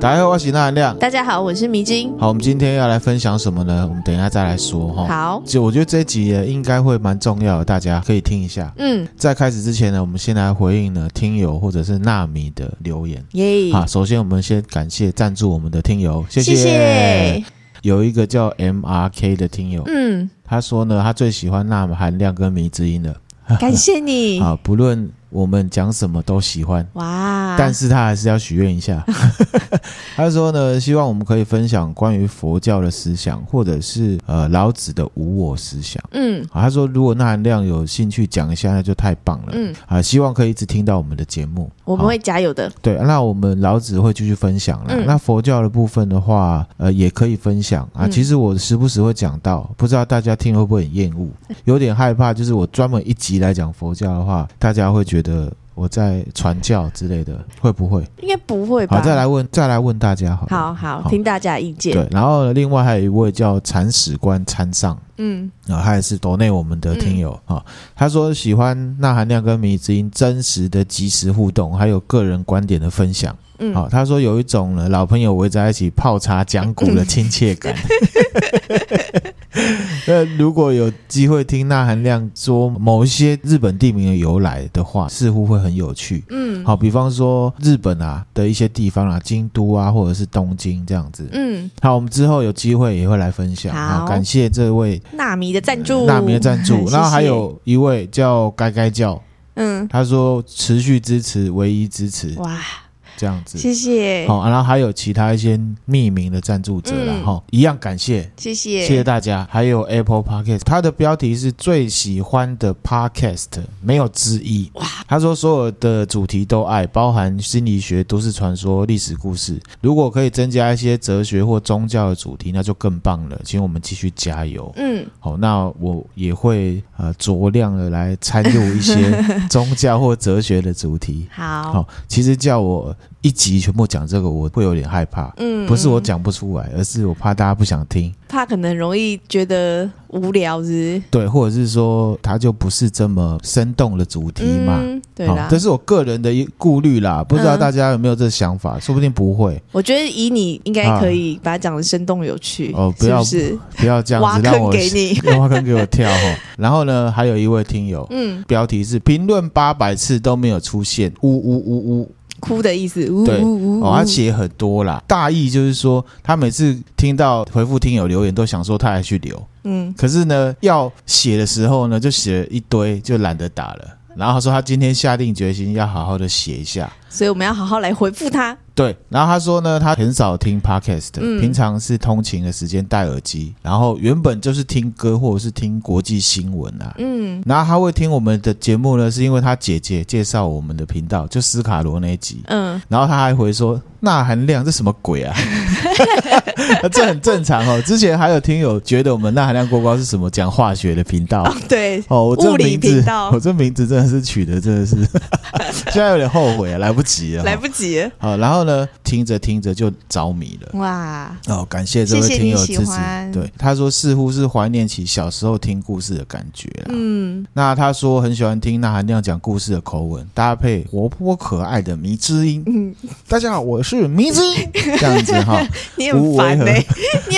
大家好，我是那亮。大家好，我是迷津。好，我们今天要来分享什么呢？我们等一下再来说哈。好，就我觉得这一集也应该会蛮重要的，大家可以听一下。嗯，在开始之前呢，我们先来回应呢听友或者是纳米的留言。耶、好，首先我们先感谢赞助我们的听友，谢嗯谢谢。有一个叫 M R K 的听友， 嗯，他说呢，他最喜欢纳米含量跟迷之音了。感谢你。啊，不论我们讲什么都喜欢。哇，但是他还是要许愿一下。 他说呢，希望我们可以分享关于佛教的思想，或者是呃老子的无我思想。嗯，啊，他说如果那含量有兴趣讲一下，那就太棒了。嗯啊，希望可以一直听到我们的节目。我们会加油的。对，那我们老子会继续分享了。嗯那佛教的部分的话，呃，也可以分享啊。嗯其实我时不时会讲到，不知道大家听会不会很厌恶，有点害怕。就是我专门一集来讲佛教的话，大家会觉得我在传教之类的，会不会？应该不会吧？好，再来问，再来问大家好了。好，好好听大家的意见。对，然后呢另外还有一位叫铲屎官参上。嗯，啊，他也是抖内我们的听友啊、他说喜欢那含量跟迷之音真实的即时互动，还有个人观点的分享。嗯好、他说有一种呢老朋友围在一起泡茶讲股的亲切感。 那如果有机会听那含量说某一些日本地名的由来的话，似乎会很有趣。嗯，好，比方说日本啊的一些地方啊，京都啊，或者是东京这样子。嗯，好，我们之后有机会也会来分享。啊好感谢这位纳米的赞助，嗯纳米的赞助，嗯 谢然后还谢，有一位叫该该叫，嗯，他说持续支持，唯一支持哇，这样子。谢谢，好、然后还有其他一些匿名的赞助者啦，嗯哈、一样感谢，谢谢，谢谢大家。还有 Apple Podcast，它的标题是最喜欢的 Podcast，没有之一。他说所有的主题都爱，包含心理学、都市传说、历史故事。如果可以增加一些哲学或宗教的主题，那就更棒了。请我们继续加油。嗯，好，那我也会呃酌量的来参入一 些宗教或哲学的主题。好，好，其实叫我一集全部讲这个，我会有点害怕。嗯，不是我讲不出来，而是我怕大家不想听，怕可能容易觉得无聊是对，或者是说它就不是这么生动的主不题是，嘛。嗯，对好啦，这是我个人的一顾虑啦，不知道嗯大家有没有这想法，说不定不会我觉得以你应该可以把它讲的生动有趣，哦不要是不要这不是？挖样子让坑我给你， 挖坑给我跳哈。然后呢，还有一位听友，嗯，标题是评论八百次都没有出现，呜呜呜呜，哭的意思，呜对呜呜，哦，他写很多啦，大意就是说，他每次听到回复听友留言，都想说他还去留，嗯，可是呢，要写的时候呢，就写了一堆，就懒得打了。然后他说他今天下定决心要好好的写一下，所以我们要好好来回复他，对，然后他说呢，他很少听 podcast，、嗯平常是通勤的时间戴耳机，然后原本就是听歌或者是听国际新闻啊，嗯然后他会听我们的节目呢，是因为他姐姐介绍我们的频道，就斯卡罗那一集。嗯，然后他还回说：“钠含量这什么鬼啊？ 这很正常哦。之前还有听友觉得我们钠含量过高是什么讲化学的频道哦对，哦，我这物理名字频道， 我这名字真的是取的真的是， 现在有点后悔啊，来不及了、来不及了，好，然后呢，听着听着就着迷了。哇，哦，感谢这位嗯谢谢听友支你持。喜欢对，他说似乎是怀念起小时候听故事的感觉啦。嗯，那他说很喜欢听那含亮讲故事的口吻，搭配活泼可爱的迷之音。嗯，大家好，我是迷之 音，这样子哈，你很烦呢、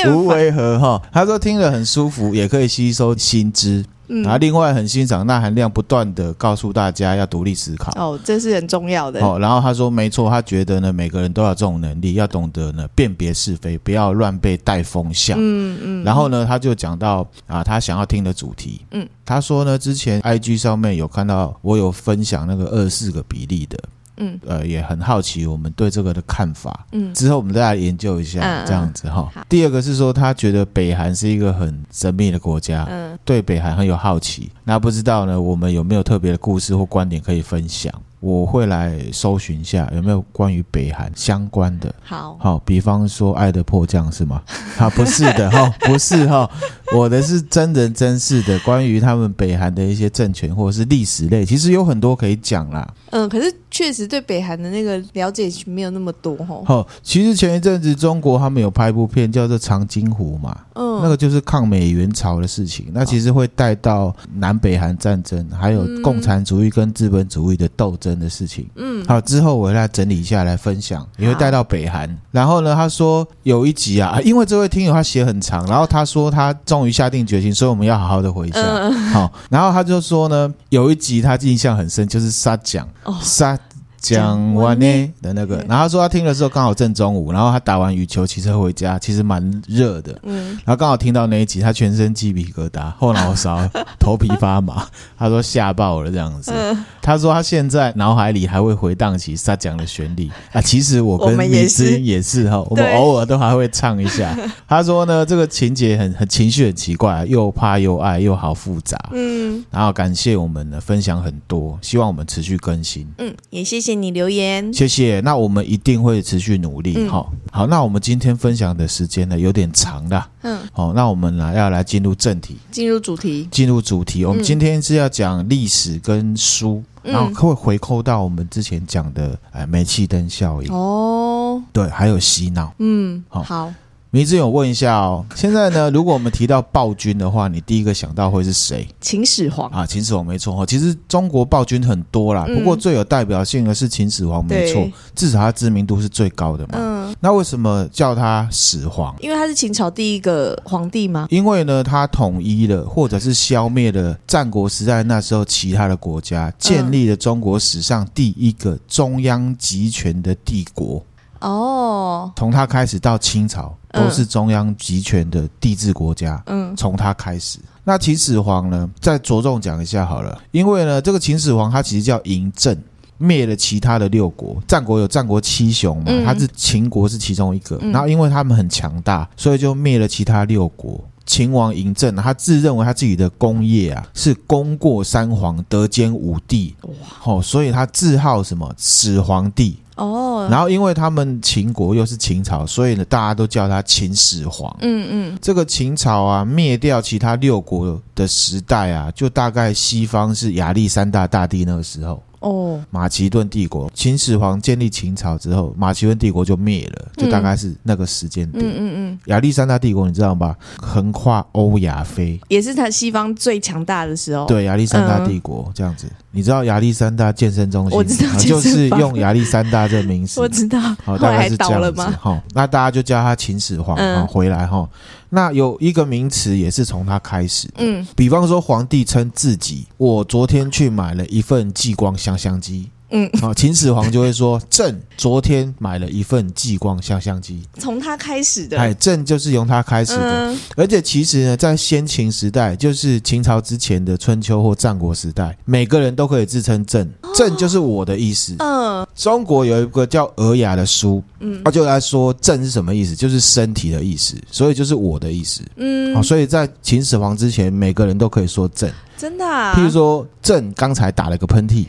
无 违你无很烦，违和哈。他说听了很舒服，也可以吸收新知。然后嗯，另外很欣赏那含亮不断的告诉大家要独立思考。哦，这是很重要的，哦，然后他说没错，他觉得呢，每个人都要有这种能力，要懂得呢辨别是非，不要乱被带风向。嗯嗯，然后呢，他就讲到啊，他想要听的主题。嗯，他说呢，之前 IG 上面有看到我有分享那个二四个比例的，嗯呃，也很好奇我们对这个的看法。嗯，之后我们再来研究一嗯下，嗯这样子哈好。第二个是说，他觉得北韩是一个很神秘的国家，嗯对北韩很有好奇。那不知道呢，我们有没有特别的故事或观点可以分享？我会来搜寻一下有没有关于北韩相关的。好， 好，比方说《爱的迫降》是吗？啊，不是的哈、不是哈、我的是真人真事的，关于他们北韩的一些政权或者是历史类，其实有很多可以讲啦。嗯，可是确实对北韩的那个了解没有那么多哦。好、其实前一阵子中国他们有拍一部片叫做《长津湖》嘛，嗯，那个就是抗美援朝的事情，那其实会带到南北韩战争，还有共产主义跟资本主义的斗争的事情。嗯，好，之后我会来整理一下来分享，也会带到北韩。然后呢，他说有一集啊，因为这位听友他写很长，然后他说他终于下定决心，所以我们要好好的回一下。嗯，好，然后他就说呢，有一集他印象很深，就是沙奖哦，沙奖完呢的那个。然后他说他听的时候刚好正中午，然后他打完羽球骑车回家，其实蛮热的。嗯，然后刚好听到那一集，他全身鸡皮疙瘩，后脑勺头皮发麻， 他说吓爆了这样子。嗯他说他现在脑海里还会回荡起沙奖的旋律啊，其实我我跟们米也之是音也是哈，我们对偶尔都还会唱一 下。他说呢，这个情节很很情绪很奇怪，又怕又爱又好复杂。嗯然后感谢我们的分享很多，希望我们持续更新。嗯，也谢谢你留言。谢谢，那我们一定会持续努力嗯哈、好，那我们今天分享的时间呢有点长啦，嗯，好、那我们来要来进入正题，进入主题。进入主题。我们嗯今天是要讲历史跟书，嗯然后会回扣到我们之前讲的哎煤气灯效应，哦，对，还有洗脑。嗯，好好，迷之勇问一下哦，现在呢，如果我们提到暴君的话，你第一个想到会是谁？秦始皇。啊，秦始皇没错哈。其实中国暴君很多啦，嗯不过最有代表性的是秦始皇，没错对，至少他知名度是最高的嘛。嗯，那为什么叫他始皇？因为他是秦朝第一个皇帝嘛。因为呢，他统一了或者是消灭了战国时代那时候其他的国家，建立了中国史上第一个中央集权的帝国。哦，从他开始到清朝，都嗯是中央集权的帝制国家。嗯从他开始。那秦始皇呢，再着重讲一下好了，因为呢，这个秦始皇他其实叫嬴政，灭了其他的六国，战国有战国七雄嘛，嗯他是秦国是其中一个，嗯然后因为他们很强大，所以就灭了其他六国。秦王嬴政，他自认为他自己的功业啊是功过三皇，德兼五帝，哦，所以他自号什么始皇帝。哦，然后因为他们秦国又是秦朝，所以呢大家都叫他秦始皇。嗯嗯这个秦朝啊，灭掉其他六国的时代啊，就大概西方是亚历山大大帝那个时候，哦，马其顿帝国，秦始皇建立秦朝之后，马其顿帝国就灭了，就大概是那个时间嗯点。嗯嗯，亚历山大帝国你知道吧？横跨欧亚非，也是他西方最强大的时候。，对，亚历山大帝国、这样子。你知道亚历山大健身中心，嗯我知道啊健身就房是用亚历山大这个名词 我知道。好，后大概来是这倒了样子吗？哈、那大家就叫他秦始皇啊、嗯回来哈、那有一个名词也是从他开始，嗯比方说皇帝称自己，我昨天去买了一份激光香香鸡。嗯，啊，秦始皇就会说：“朕昨天买了一份激光香香鸡。从他开始”的。哎，朕就是由他开始的。嗯而且其实呢，在先秦时代，就是秦朝之前的春秋或战国时代，每个人都可以自称朕，朕就是我的意思。哦嗯中国有一个叫《尔雅》的书，嗯他就来说“朕”是什么意思，就是身体的意思，所以就是我的意思。好、嗯，所以在秦始皇之前，每个人都可以说“朕”。真的啊。譬如说，朕刚才打了个喷 嚏，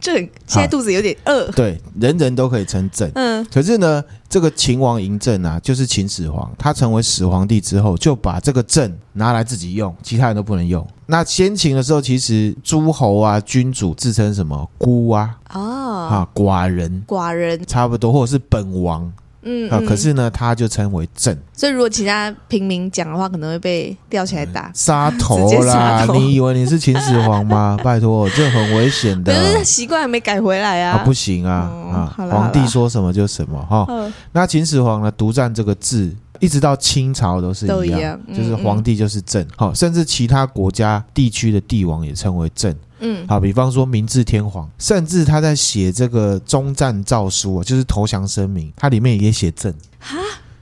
这很现在肚子有点饿。对，人人都可以称朕。嗯可是呢，这个秦王嬴政啊，就是秦始皇，他成为始皇帝之后，就把这个朕拿来自己用，其他人都不能用。那先秦的时候，其实诸侯啊、君主自称什么孤啊、哦，啊寡人，寡人。差不多，或者是本王嗯啊。嗯可是呢，他就称为朕。所以如果其他平民讲的话，可能会被吊起来打。杀头直接啦杀！头你以为你是秦始皇吗？ 拜托，这很危险 可的是习惯还没改回来啊！啊。不行啊哦啊！好啦皇帝好啦说什么就什么哈。嗯那秦始皇呢，独占这个字，一直到清朝都是都一一样样，嗯就是皇帝就是朕，好，甚至其他国家地区的帝王也称为朕，嗯好，比方说明治天皇，甚至他在写这个终战诏书啊，就是投降声明，它里面也写朕，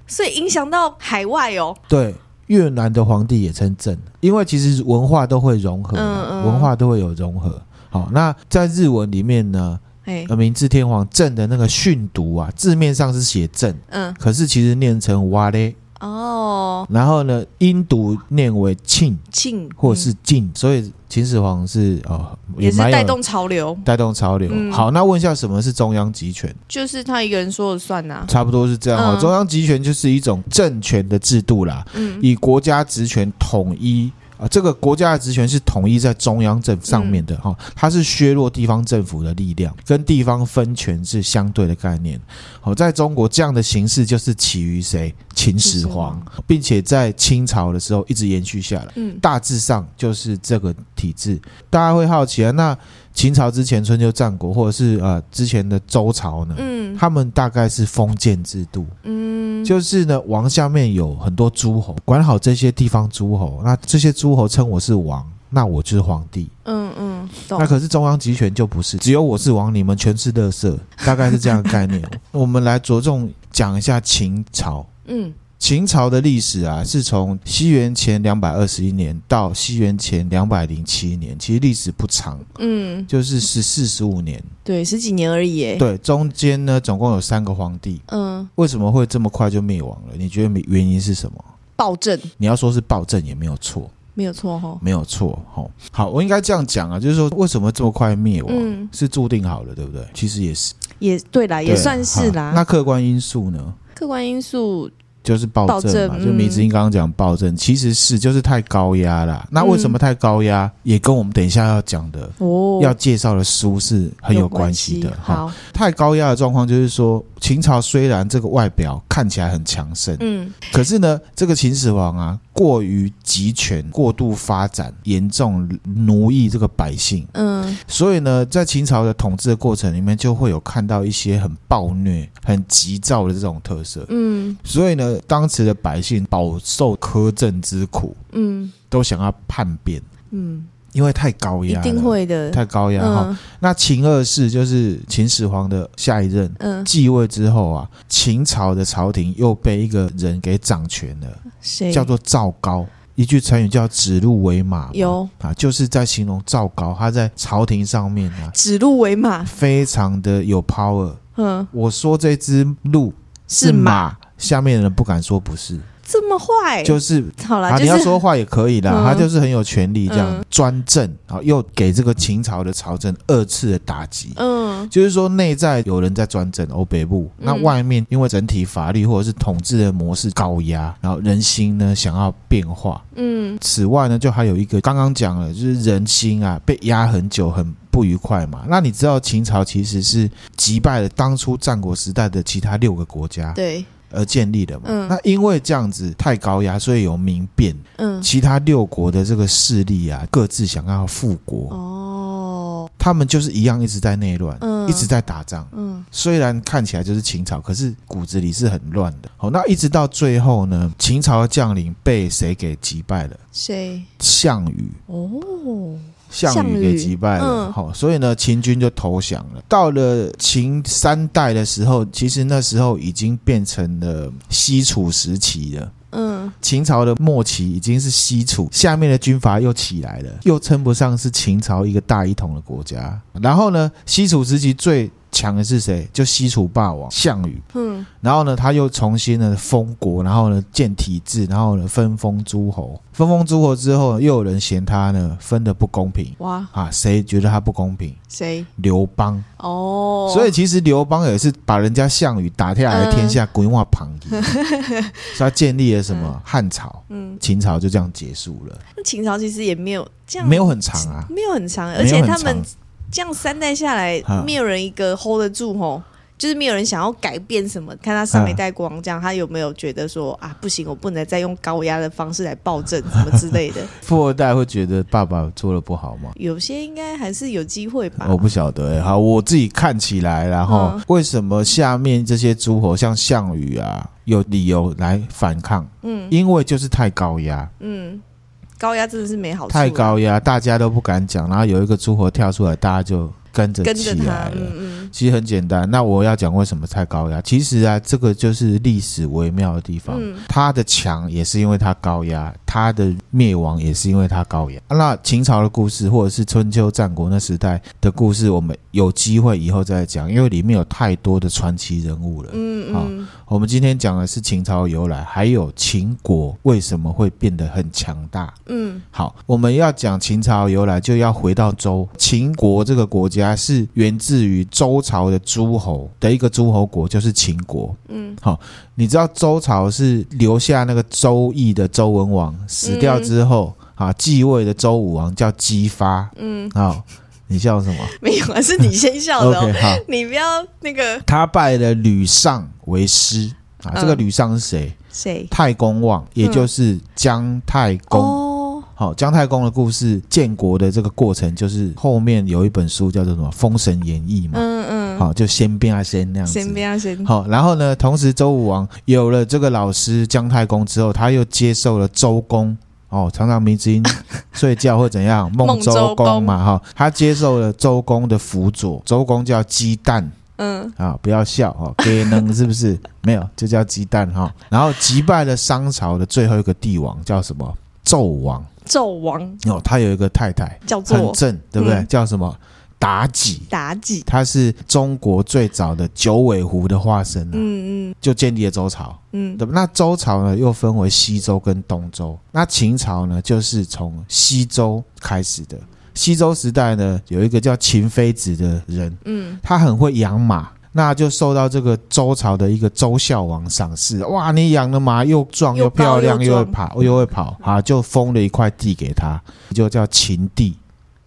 所以影响到海外哦。对。越南的皇帝也称朕，因为其实文化都会融合嘛，嗯嗯文化都会有融合。好，那在日文里面呢，哎，呃明治天皇朕的那个训读啊，字面上是写朕，嗯可是其实念成哇嘞，哦，然后呢，音读念为庆庆或是晋，所以秦始皇是哦，嗯也是蛮有带动潮流，带动潮流。嗯好，那问一下什么是中央集权？就是他一个人说了算啊呐。差不多是这样哦。嗯中央集权就是一种政权的制度啦，嗯以国家职权统一啊，这个国家的职权是统一在中央政府上面的哈、它是削弱地方政府的力量，跟地方分权是相对的概念。好、在中国这样的形式就是起于谁？秦始皇秦，并且在清朝的时候一直延续下来。嗯，大致上就是这个体制。大家会好奇啊，那秦朝之前春秋战国，或者是呃之前的周朝呢？嗯他们大概是封建制度，嗯，就是呢，王下面有很多诸侯，管好这些地方诸侯。那这些诸侯称我是王，那我就是皇帝。嗯嗯，懂那。可是中央集权就不是，只有我是王，你们全是垃圾，大概是这样的概念。 我们来着重讲一下秦朝。嗯秦朝的历史啊，是从西元前两百二十一年到西元前两百零七年，其实历史不长，嗯，就是十四十五年。对，十几年而已耶。对，中间呢总共有三个皇帝。嗯，为什么会这么快就灭亡了？你觉得原因是什么？暴政你要说是暴政也没有错，没有错哈。没有错。吼、好，我应该这样讲啊，就是说为什么这么快灭亡，嗯是注定好了，对不对？其实也是，也对啦，也对啊算是啦好。那客观因素呢？客观因素，就是暴政嘛，暴政就米子英刚刚讲暴嗯政，其实是就是太高压啦。那为什么太高压？也跟我们等一下要讲的、嗯哦，要介绍的书是很有关系的。哈，好，太高压的状况就是说，秦朝虽然这个外表看起来很强盛，嗯可是呢，这个秦始皇啊，过于集权、过度发展，严重奴役这个百姓。嗯所以呢，在秦朝的统治的过程里面，就会有看到一些很暴虐、很急躁的这种特色。嗯所以呢，当时的百姓饱受苛政之苦，嗯都想要叛变，嗯，因为太高一压了，定会的。太高压哈、嗯那秦二世就是秦始皇的下一任。嗯，继位之后啊，秦朝的朝廷又被一个人给掌权了，谁叫做赵高。一句成语叫“指鹿为马”，有啊，就是在形容赵高他在朝廷上面啊，指鹿为马？非常的有 power。嗯，我说这只鹿是马马下面的人不敢说不是，这么坏？就是好啦，啊，就你要是说话也可以啦，嗯他就是很有权力这样嗯专政，然后又给这个秦朝的朝政二次的打击。嗯就是说，内在有人在专政欧北部，那嗯外面因为整体法律或者是统治的模式高压，然后人心呢想要变化。嗯此外呢，就还有一个刚刚讲了，就是人心啊被压很久，很不愉快嘛。那你知道秦朝其实是击败了当初战国时代的其他六个国家对而建立的嘛？嗯那因为这样子太高压，所以有民变，嗯其他六国的这个势力啊，各自想要复国，哦他们就是一样一直在内乱，嗯一直在打仗。嗯虽然看起来就是秦朝，可是骨子里是很乱的。好，那一直到最后呢，秦朝的将领被谁给击败了？谁项羽，哦项羽给击败项了。羽嗯好、所以呢，秦军就投降了。到了秦三代的时候，其实那时候已经变成了西楚时期了。嗯秦朝的末期已经是西楚，下面的军阀又起来了，又称不上是秦朝一个大一统的国家。然后呢，西楚时期最强的是谁？就西楚霸王项羽。嗯然后呢，他又重新呢封国，然后呢建体制，然后呢分封诸侯。分封诸侯之后，又有人嫌他呢分的不公平哇啊，谁觉得他不公平？谁刘邦。哦，所以其实刘邦也是把人家项羽打下来的天下滚化旁移，所 以他建立了什么汉朝。嗯，秦朝就这样结束了，那秦朝其实也没有这样，没有很长啊，没有很长，而没有且很他长们这样三代下来啊，没有人一个 hold 得住吼。就是没有人想要改变什么，看他上一代国王这样，他有没有觉得说啊，不行，我不能再用高压的方式来暴政什么之类 的。富二代会觉得爸爸做的不好吗？有些应该还是有机会吧。我不晓得、欸，好，我自己看起来啦，然后、啊嗯为什么下面这些诸侯像项羽啊，有理由来反抗？嗯因为就是太高压，嗯，高压真的是没好处啊，太高压，大家都不敢讲，然后有一个诸侯跳出来，大家就跟着跟着起他来，了。嗯其实很简单。那我要讲为什么太高压？其实啊，这个就是历史微妙的地方。嗯它的强也是因为它高压，它的灭亡也是因为它高压。啊那秦朝的故事，或者是春秋战国那时代的故事，我们有机会以后再讲，因为里面有太多的传奇人物了。嗯好嗯，我们今天讲的是秦朝的由来，还有秦国为什么会变得很强大。嗯好，我们要讲秦朝的由来，就要回到周。秦国这个国家是源自于周朝的诸侯的一个诸侯国，就是秦国。嗯，好，你知道周朝是留下那个周易的周文王死掉之后，啊，继位的周武王叫姬发。嗯，好，你笑什么没有啊，是你先笑的哦， ？OK，好，你不要那个他拜了吕尚为师。啊，这个嗯吕尚是谁？谁太公望，也就是姜太公。哦，好，姜太公的故事，建国的这个过程，就是后面有一本书叫做什么《封神演义》嘛。嗯嗯，好，就先变啊先那样先不子。要先，好，然后呢，同时周武王有了这个老师姜太公之后，他又接受了周公。哦，常常迷之音睡觉或怎样，梦梦周周公公嘛哈、他接受了周公的辅佐，周公叫鸡蛋，嗯啊，不要笑哈，给能 是不是？没有，就叫鸡蛋哈。然后击败了商朝的最后一个帝王叫什么？纣王纣王哦，他有一个太太叫很做正，对不对？嗯叫什么？妲己，妲己，她是中国最早的九尾狐的化身啊，嗯嗯就建立了周朝。嗯对吧？那周朝呢，又分为西周跟东周。那秦朝呢，就是从西周开始的。西周时代呢，有一个叫秦非子的人，嗯，他很会养马，那就受到这个周朝的一个周孝王赏识。哇，你养的马又壮又高漂亮，又又会壮嗯跑，又会跑啊，就封了一块地给他，就叫秦地。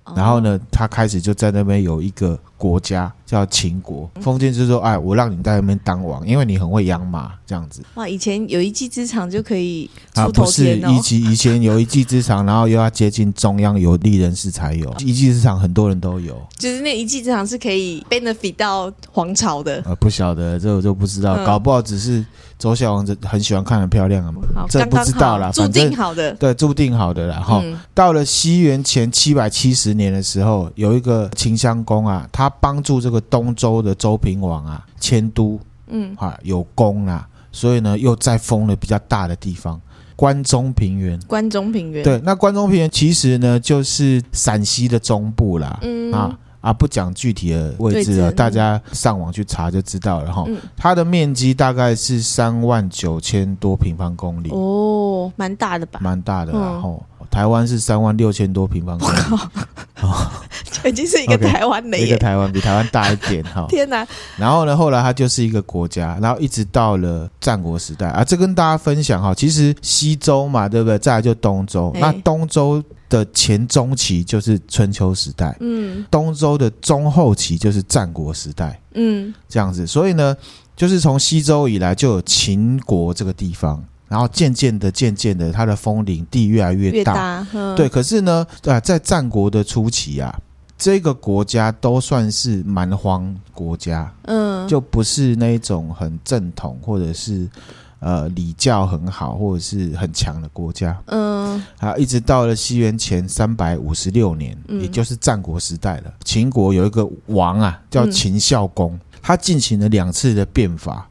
哦然后？呢，他开始就在那边有一个国家叫秦国。嗯封建就说：“哎，我让你在那边当王，因为你很会养马，这样子。”哇，以前有一技之长就可以啊，出不头是天哦以，及以前有一技之长，然后又要接近中央有利人士才有一技之长，很多人都有。就是那一技之长是可以 benefit 到皇朝的。呃，不晓得这我就不知道，嗯搞不好只是周小王子很喜欢看很漂亮啊嘛，好，这刚不刚知道好啦，注反正定好的。对注定好的啦哈。嗯到了西元前七百七十年的时候，有一个秦襄公啊，他帮助这个东周的周平王啊迁都嗯啊有功啦、所以呢又再封了比较大的地方关中平原。关中平原。，对，那关中平原其实呢，就是陕西的中部啦。嗯啊啊，不讲具体的位置位了，置嗯大家上网去查就知道了哈。嗯它的面积大概是三万九千多平方公里，哦，蛮大的吧？蛮大的啦嗯吼。台湾是三万六千多平方公里，已经是一个 OK，台湾了一个耶！。台湾比台湾大一点哈 天哪，然后呢，后来它就是一个国家，然后一直到了战国时代啊，这跟大家分享哈，其实西周嘛，对不对？再来就东周，哎那东周的前中期就是春秋时代，嗯东周的中后期就是战国时代嗯这样子，所以呢，就是从西周以来就有秦国这个地方，然后渐渐的、渐渐的，它的风领地越来越越大。大，嗯对，，可是呢，啊，在战国的初期啊，这个国家都算是蛮荒国家，嗯，就不是那一种很正统或者是呃礼教很好或者是很强的国家嗯啊，一直到了西元前三百五十六年，嗯也就是战国时代了。秦国有一个王啊，叫嗯秦孝公，他进行了两次的变法，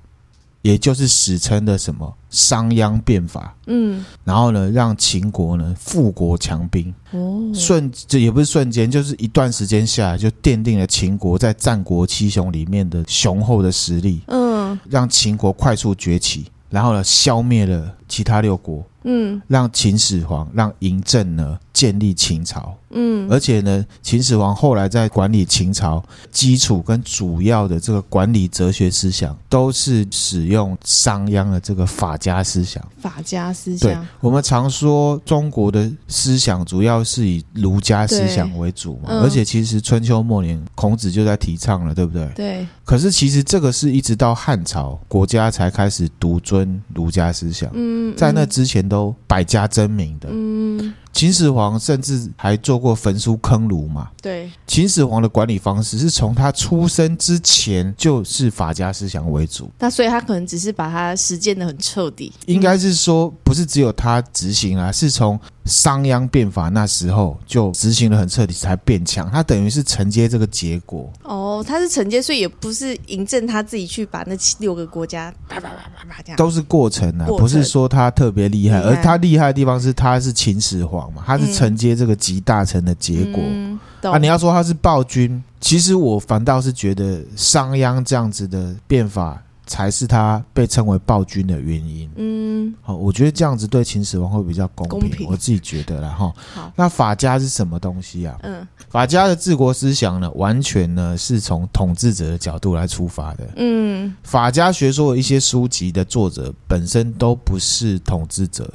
也就是史称的什么商鞅变法。嗯，然后呢，让秦国呢富国强兵，哦，瞬这也不是瞬间，就是一段时间下来，就奠定了秦国在战国七雄里面的雄厚的实力。嗯让秦国快速崛起，然后呢，消灭了其他六国，嗯让秦始皇、让嬴政呢建立秦朝。嗯，而且呢，秦始皇后来在管理秦朝基础跟主要的这个管理哲学思想，都是使用商鞅的这个法家思想。法家思对想，我们常说中国的思想主要是以儒家思想为主嘛，对嗯而且其实春秋末年孔子就在提倡了，对不对？对，可是其实这个是一直到汉朝国家才开始独尊儒家思想，嗯，在那嗯之前都百家争鸣的。嗯秦始皇甚至还做过焚书坑儒嘛。对，秦始皇的管理方式是从他出生之前就是法家思想为主，那所以他可能只是把它实践的很彻底，应该是说不是只有他执行啊，是从商鞅变法那时候就执行的很彻底才变强，他等于是承接这个结果。哦，他是承接，所以也不是嬴政他自己去把那七六个国家啪啪啪啪啪这样。都是过程啊，过程不是说他特别厉害，厉害而他厉害的地方是他是秦始皇嘛，他是承接这个集大成的结果、嗯、啊。懂你要说他是暴君，其实我反倒是觉得商鞅这样子的变法才是他被称为暴君的原因。嗯，好，我觉得这样子对秦始皇会比较公平，公平我自己觉得啦哈好。那法家是什么东西啊？嗯法家的治国思想呢，完全呢是从统治者的角度来出发的。嗯，法家学说的一些书籍的作者本身都不是统治者，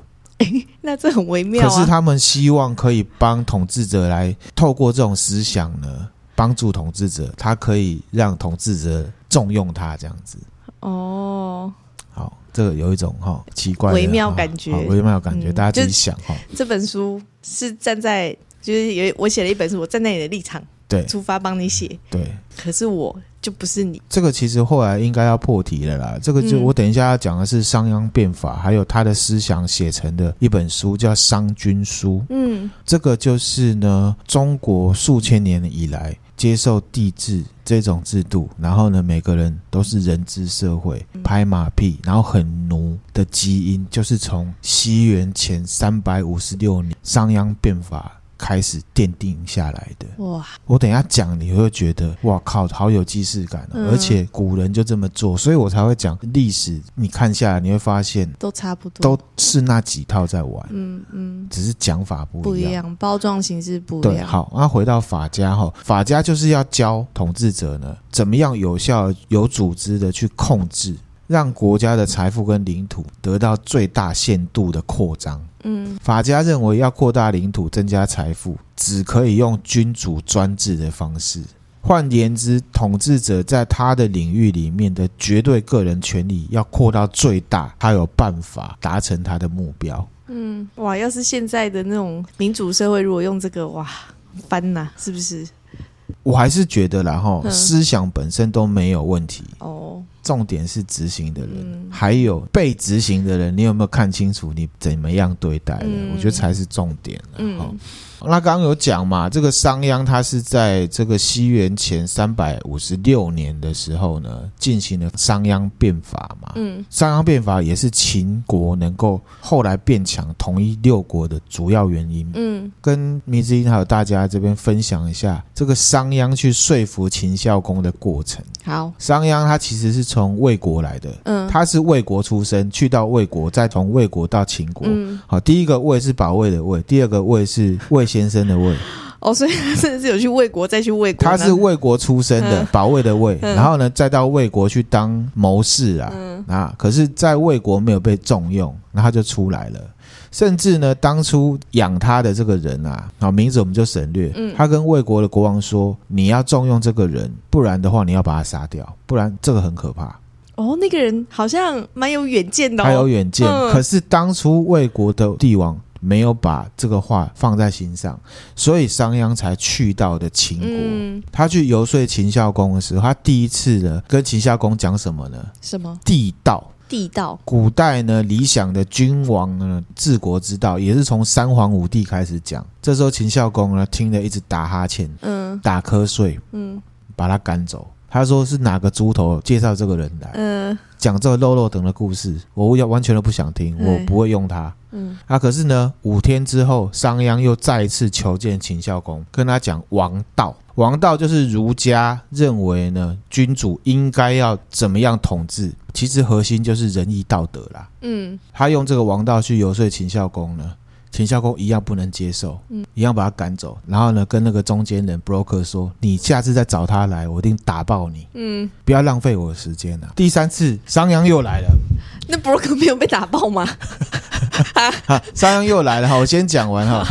那这很微妙可是啊。他们希望可以帮统治者来透过这种思想呢，帮助统治者，他可以让统治者重用他这样子。哦，好，这个有一种哈、奇怪的微妙哈感觉好微妙感觉，嗯大家自己就想哈、这本书是站在就是有我写了一本书，我站在你的立场对出发帮你写，对，可是我就不是你。这个其实后来应该要破题了啦。这个就嗯我等一下要讲的是商鞅变法，还有他的思想写成的一本书叫《商君书》。嗯，这个就是呢，中国数千年以来接受帝制这种制度，然后呢，每个人都是人治社会，嗯拍马屁，然后很奴的基因，就是从西元前三百五十六年商鞅变法开始奠定下来的。哇，我等一下讲，你会觉得哇靠，好有既视感、哦，嗯而且古人就这么做，所以我才会讲历史。你看下来，你会发现都差不多，都是那几套在玩，嗯嗯只是讲法不不一一样。样，包装形式不一对，样。好，那、回到法家哈，法家就是要教统治者呢，怎么样有效、有组织的去控制，让国家的财富跟领土得到最大限度的扩张。嗯法家认为，要扩大领土、增加财富，只可以用君主专制的方式。换言之，统治者在他的领域里面的绝对个人权利要扩到最大，他有办法达成他的目标。嗯，哇，要是现在的那种民主社会，如果用这个，哇，翻呐、是不是？我还是觉得啦，哈，嗯思想本身都没有问题，哦，重点是执行的人，嗯还有被执行的人，你有没有看清楚你怎么样对待的？嗯我觉得才是重点了。嗯哦那刚刚有讲嘛，这个商鞅他是在这个西元前三百五十六年的时候呢，进行了商鞅变法嘛。嗯商鞅变法也是秦国能够后来变强、统一六国的主要原因。嗯跟迷之音还有大家这边分享一下这个商鞅去说服秦孝公的过程。好，商鞅他其实是从魏国来的，嗯他是魏国出生，去到魏国，再从魏国到秦国。嗯，好，第一个魏是保卫的魏，第二个魏是魏先生的魏，哦，所以他甚至是有去魏国，再去魏国他呢，是魏国出生的，嗯保卫的魏，嗯然后呢，再到魏国去当谋士啊，嗯啊，可是，在魏国没有被重用，那他就出来了。甚至呢，当初养他的这个人啊，啊，名字我们就省略。嗯他跟魏国的国王说：“你要重用这个人，不然的话，你要把他杀掉，不然这个很可怕。”哦，那个人好像蛮有远见的、哦，他有远见，嗯可是当初魏国的帝王没有把这个话放在心上，所以商鞅才去到的秦国。嗯，他去游说秦孝公的时候，他第一次呢跟秦孝公讲什么呢？什么地道。地道？古代呢，理想的君王呢，治国之道也是从三皇五帝开始讲。这时候秦孝公呢，听得一直打哈欠、嗯打瞌睡，嗯把他赶走。他说是哪个猪头介绍这个人来，嗯讲这个肉肉等的故事，我要完全都不想听，我嗯不会用它。嗯，啊，可是呢，五天之后，商鞅又再一次求见秦孝公，跟他讲王道。王道就是儒家认为呢，君主应该要怎么样统治，其实核心就是仁义道德啦。嗯他用这个王道去游说秦孝公呢，秦孝公一样不能接受，一样把他赶走。然后呢，跟那个中间人 broker 说：“你下次再找他来，我一定打爆你，嗯，不要浪费我的时间啊！”第三次，商鞅又来了。那 broker 没有被打爆吗？ 哈，商鞅又来了哈，我先讲完哈。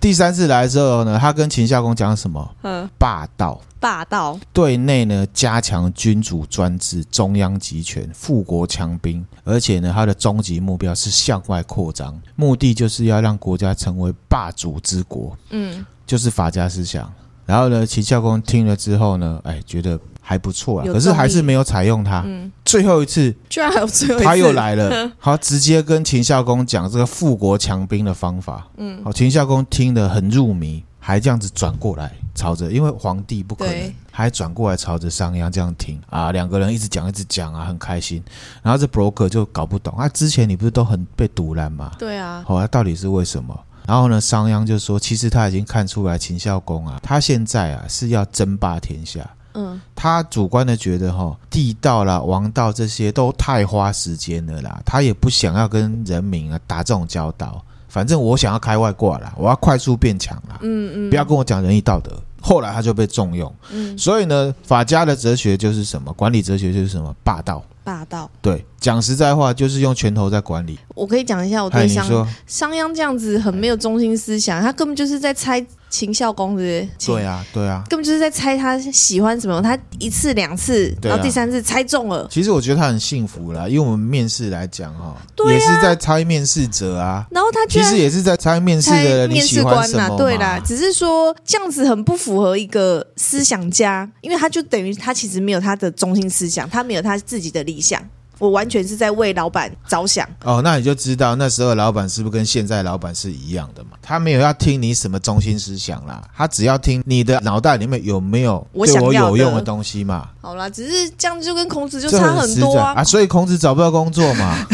第三次来之后呢，他跟秦孝公讲什么？嗯，霸道。霸道，对内呢，加强君主专制、中央集权、富国强兵，而且呢，他的终极目标是向外扩张，目的就是要让国家成为霸主之国，嗯，就是法家思想。然后呢，秦孝公听了之后呢，哎，觉得还不错啦，有可是还动力是没有采用它。嗯最后一次，居然还有最后一次， 他又来了，好，直接跟秦孝公讲这个富国强兵的方法。嗯，好，秦孝公听得很入迷，还这样子转过来朝着，因为皇帝不可能对，还转过来朝着商鞅这样听啊，两个人一直讲一直讲啊，很开心。然后这 broker 就搞不懂，啊，之前你不是都很被毒烂吗？对啊，好、哦，那到底是为什么？然后呢，商鞅就说，其实他已经看出来秦孝公啊，他现在啊是要争霸天下。嗯，他主观的觉得哈，地道啦、王道这些都太花时间了啦，他也不想要跟人民啊打这种交道。反正我想要开外挂啦，我要快速变强啦，嗯嗯，不要跟我讲仁义道德。后来他就被重用，嗯，所以呢，法家的哲学就是什么？管理哲学就是什么？霸道。霸道。对，讲实在话，就是用拳头在管理。我可以讲一下我哎，对你商说，商鞅这样子很没有中心思想，他根本就是在猜秦孝公的，对啊，对啊。根本就是在猜他喜欢什么。他一次两次，对啊然后第三次猜中了，其实我觉得他很幸福啦，因为我们面试来讲哈，对啊也是在猜面试者啊，然后他居其然实也是在猜面试猜的人你面喜试欢官什呐、么对嘛啦，只是说这样子很不符合一个思想家，因为他就等于他其实没有他的中心思想，他没有他自己的理想。我完全是在为老板着想，哦，那你就知道那时候的老板是不是跟现在老板是一样的嘛？他没有要听你什么中心思想啦，他只要听你的脑袋里面有没有我对想我要有用的的东西嘛。好啦，只是这样就跟孔子就这差很很实多在啊！所以孔子找不到工作 嘛，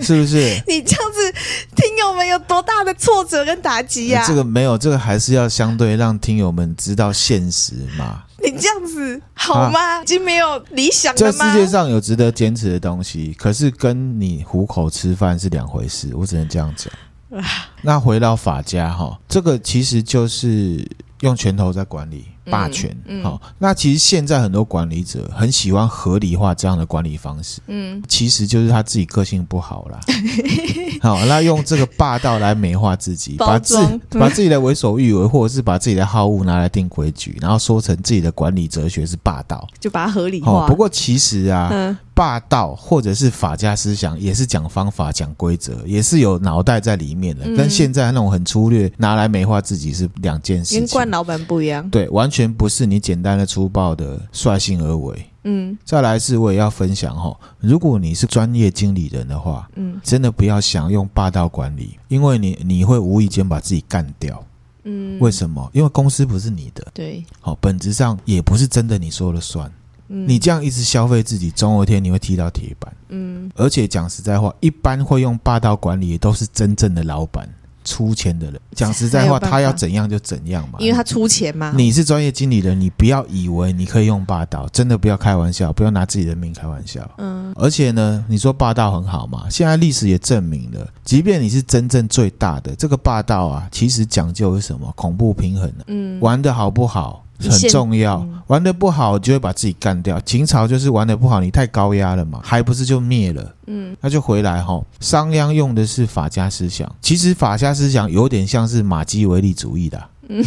是不是？你这样子，听友们有多大的挫折跟打击呀、这个没有，这个还是要相对让听友们知道现实嘛。你这样子好吗？已经没有理想啊这了吗世？界上有值得坚持的东西，可是跟你糊口吃饭是两回事，我只能这样 讲。那回到法家哈，这个其实就是用拳头在管理霸权。好、嗯那其实现在很多管理者很喜欢合理化这样的管理方式，嗯，其实就是他自己个性不好啦。好，那用这个霸道来美化自己，把包自装把自己的为所欲为，或者是把自己的好恶拿来定规矩，然后说成自己的管理哲学是霸道。就把它合理哦化。，不过其实啊，嗯，霸道或者是法家思想，也是讲方法、讲规则，也是有脑袋在里面的，嗯跟现在那种很粗略拿来美化自己是两件事跟惯情。老板不一样。对，完全不是你简单的粗暴的率性而为。嗯再来是我也要分享哈，如果你是专业经理人的话，嗯真的不要想用霸道管理，因为你你会无意间把自己干掉。嗯，为什么？因为公司不是你的，对，好，本质上也不是真的你说了算。嗯你这样一直消费自己，总有一天你会踢到铁板。嗯而且讲实在话，一般会用霸道管理的都是真正的老板、出钱的人。讲实 在没话，有办法他要怎样就怎样嘛。因为他出钱嘛。你是专业经理人，你不要以为你可以用霸道，真的不要开玩笑，不要拿自己的命开玩笑。嗯而且呢，你说霸道很好嘛？现在历史也证明了，即便你是真正最大的，这个霸道啊，其实讲究是什么？恐怖平衡、啊。嗯，玩的好不好一很线重要嗯，玩的不好就会把自己干掉。秦朝就是玩的不好，你太高压了嘛，还不是就灭了？嗯，那就回来哈。商鞅用的是法家思想，其实法家思想有点像是马基维利主义的、嗯，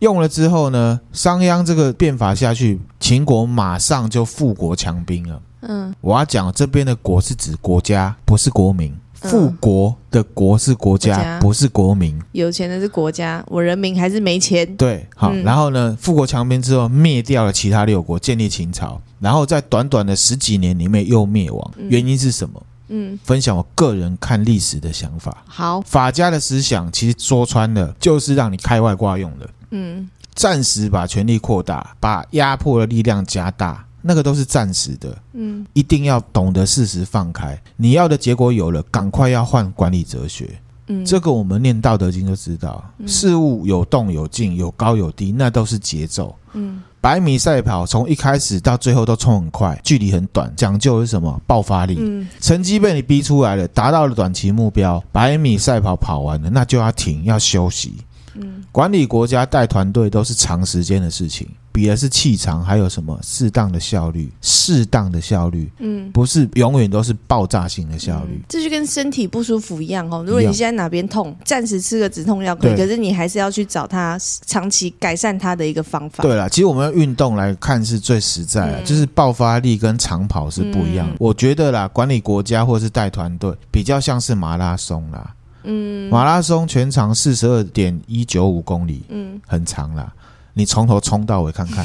用了之后呢，商鞅这个变法下去，秦国马上就富国强兵了。嗯我要讲这边的“国”是指国家，不是国民。嗯富国的“国”是国国家，家不是国民。有钱的是国家，我人民还是没钱。对，好，嗯然后呢，富国强兵之后灭掉了其他六国，建立秦朝，然后在短短的十几年里面又灭亡，原因是什么？嗯，分享我个人看历史的想法。好，法家的思想其实说穿了，就是让你开外挂用的，嗯暂时把权力扩大，把压迫的力量加大，那个都是暂时的。嗯一定要懂得适时放开，你要的结果有了，赶快要换管理哲学。嗯，这个我们念《道德经》就知道，事物有动有静，有高有低，那都是节奏。嗯百米赛跑从一开始到最后都冲很快，距离很短，讲究的是什么？爆发力。嗯成绩被你逼出来了，达到了短期目标，百米赛跑跑完了，那就要停，要休息。嗯管理国家带团队都是长时间的事情，比的是气场，还有什么适当的效率，适当的效率，嗯，不是永远都是爆炸性的效率。这就跟身体不舒服一样哦。如果一你样现在哪边痛，暂时吃个止痛药可以，对可是你还是要去找他长期改善他的一个方法。对啦，其实我们用运动来看是最实在的，嗯就是爆发力跟长跑是不一样的。嗯我觉得啦，管理国家或是带团队比较像是马拉松啦，嗯马拉松全长四十二点一九五公里，嗯，很长啦。你从头冲到尾看 看，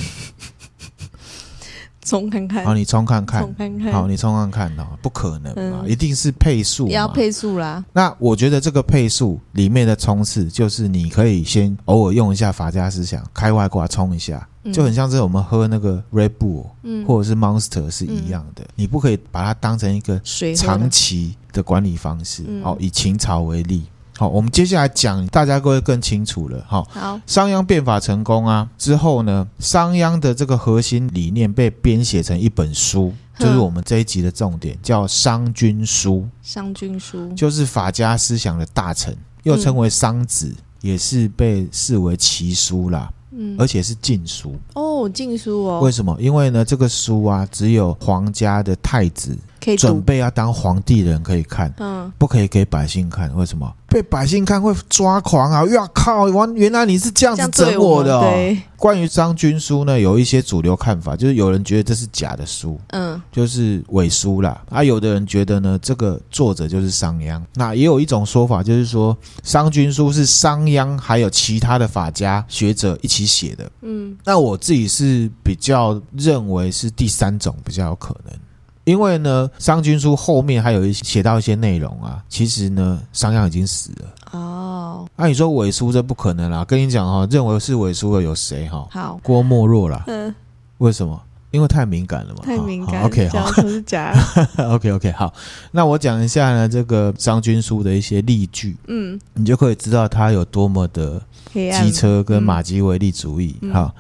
冲看看好，，你冲看看冲，看看，好，你啊冲看看哦，不可能嘛，嗯一定是配速也要嘛。配速啦。那我觉得这个配速里面的冲刺，就是你可以先偶尔用一下法家思想，开外挂冲一下，嗯就很像是我们喝那个 Red Bull 嗯或者是 Monster 是一样的。你不可以把它当成一个水喝长的期的管理方式。嗯好，以秦朝为例，好，我们接下来讲，大家各位更清楚了。好，好，商鞅变法成功啊之后呢，商鞅的这个核心理念被编写成一本书，嗯就是我们这一集的重点，叫《商君书商君书》，就是法家思想的大成，又称为商子，也是被视为奇书啦，嗯而且是禁书。哦，禁书为哦，什么？因为呢，这个书啊，只有皇家的太子可以准读，备要当皇帝的人可以看。嗯，不可以给百姓看，为什么？被百姓看会抓狂啊！哇靠，完原来你是这样这子整样对我的、哦。对，关于张君书呢，有一些主流看法，就是有人觉得这是假的书，嗯就是伪书啦。啊，有的人觉得呢，这个作者就是商鞅。那也有一种说法，就是说商君书是商鞅还有其他的法家学者一起写的。嗯，那我自己是比较认为是第三种比较有可能。因为呢，商君书后面还有一些写到一些内容啊，其实呢，商鞅已经死了。哦，按、你说伪书这不可能啦，啊跟你讲哈、认为是伪书的有谁哈、好，郭沫若啦，嗯，为什么？因为太敏感了嘛。太敏感好了，OK，这好样都是假， ，OK，OK，、好。那我讲一下呢，这个张君书的一些例句，嗯，你就可以知道他有多么的黑暗机，车跟马基维利主义。嗯好，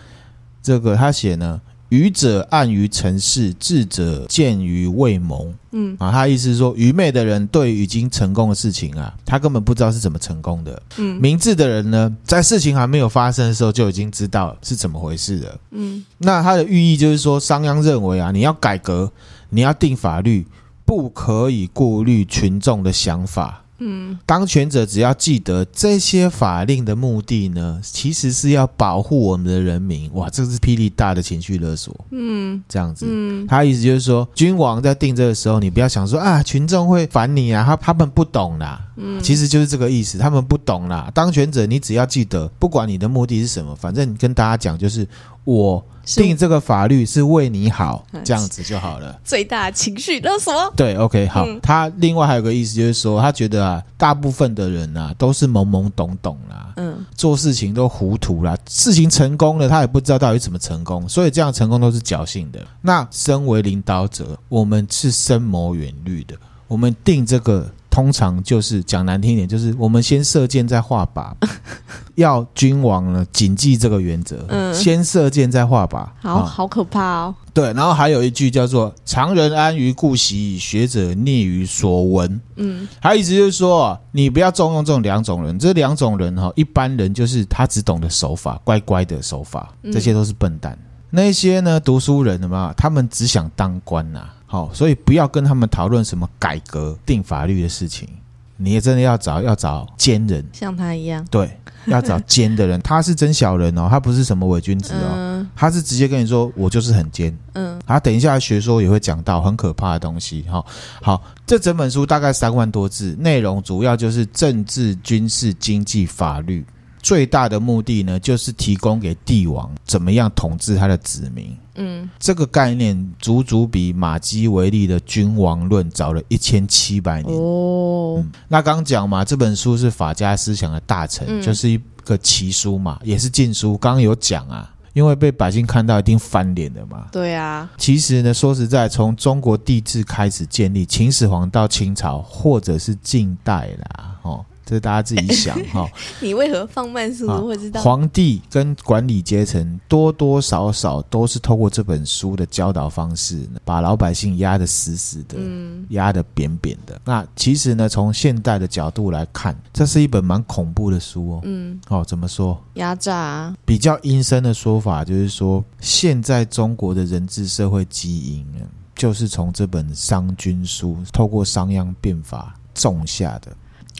这个他写呢，愚者暗于尘世，智者见于未蒙。嗯啊，他的意思是说，愚昧的人对于已经成功的事情啊，他根本不知道是怎么成功的。嗯明智的人呢，在事情还没有发生的时候就已经知道是怎么回事了。嗯那它的寓意就是说，商鞅认为啊，你要改革，你要定法律，不可以顾虑群众的想法。嗯当权者只要记得这些法令的目的呢，其实是要保护我们的人民。哇，这是霹雳大的情绪勒索，嗯这样子。嗯，他意思就是说，君王在定这个时候，你不要想说啊，群众会烦你啊，他他们不懂啦，嗯，其实就是这个意思，他们不懂啦。当权者，你只要记得，不管你的目的是什么，反正你跟大家讲，就是我是定这个法律是为你好嗯，这样子就好了。最大情绪勒索，对，OK，好。嗯他另外还有个意思就是说，他觉得啊，大部分的人啊都是懵懵懂懂啦，嗯做事情都糊涂啦，事情成功了，他也不知道到底怎么成功，所以这样成功都是侥幸的。那身为领导者，我们是深谋远虑的，我们定这个通常就是讲难听一点，就是我们先射箭再画 靶，要君王呢谨记这个原则，嗯先射箭再画靶。好啊好可怕哦，对，然后还有一句叫做“常人安于故习，学者溺于所闻”。嗯，他意思就是说啊，你不要重用这种两种人，这两种人哈、一般人就是他只懂得手法，乖乖的手法，嗯这些都是笨蛋。那些呢，读书人的嘛，他们只想当官呐、好、所以不要跟他们讨论什么改革、定法律的事情。你也真的要找要找奸人，像他一样，对，要找奸的人， 他是真小人哦，他不是什么伪君子哦，嗯他是直接跟你说我就是很奸，嗯啊，等一下学说也会讲到很可怕的东西哈、好，这整本书大概三万多字，内容主要就是政治、军事、经济、法律。最大的目的呢，就是提供给帝王怎么样统治他的子民。嗯，这个概念足足比马基维利的《君王论》早了一千七百年。哦，那刚讲嘛，这本书是法家思想的大成，嗯就是一个奇书嘛，也是禁书。刚刚有讲啊，因为被百姓看到一定翻脸的嘛。对啊，其实呢，说实在，从中国帝制开始建立，秦始皇到清朝，或者是近代啦，哦，这是大家自己想哈。你为何放慢速啊度会知道？皇帝跟管理阶层多多少少都是透过这本书的教导方式呢，把老百姓压得死死的，嗯压得扁扁的。那其实呢，从现代的角度来看，这是一本蛮恐怖的书哦。嗯，哦，怎么说？压榨、啊，比较阴森的说法就是说，现在中国的人治社会基因呢，就是从这本《商君书》透过商鞅变法种下的。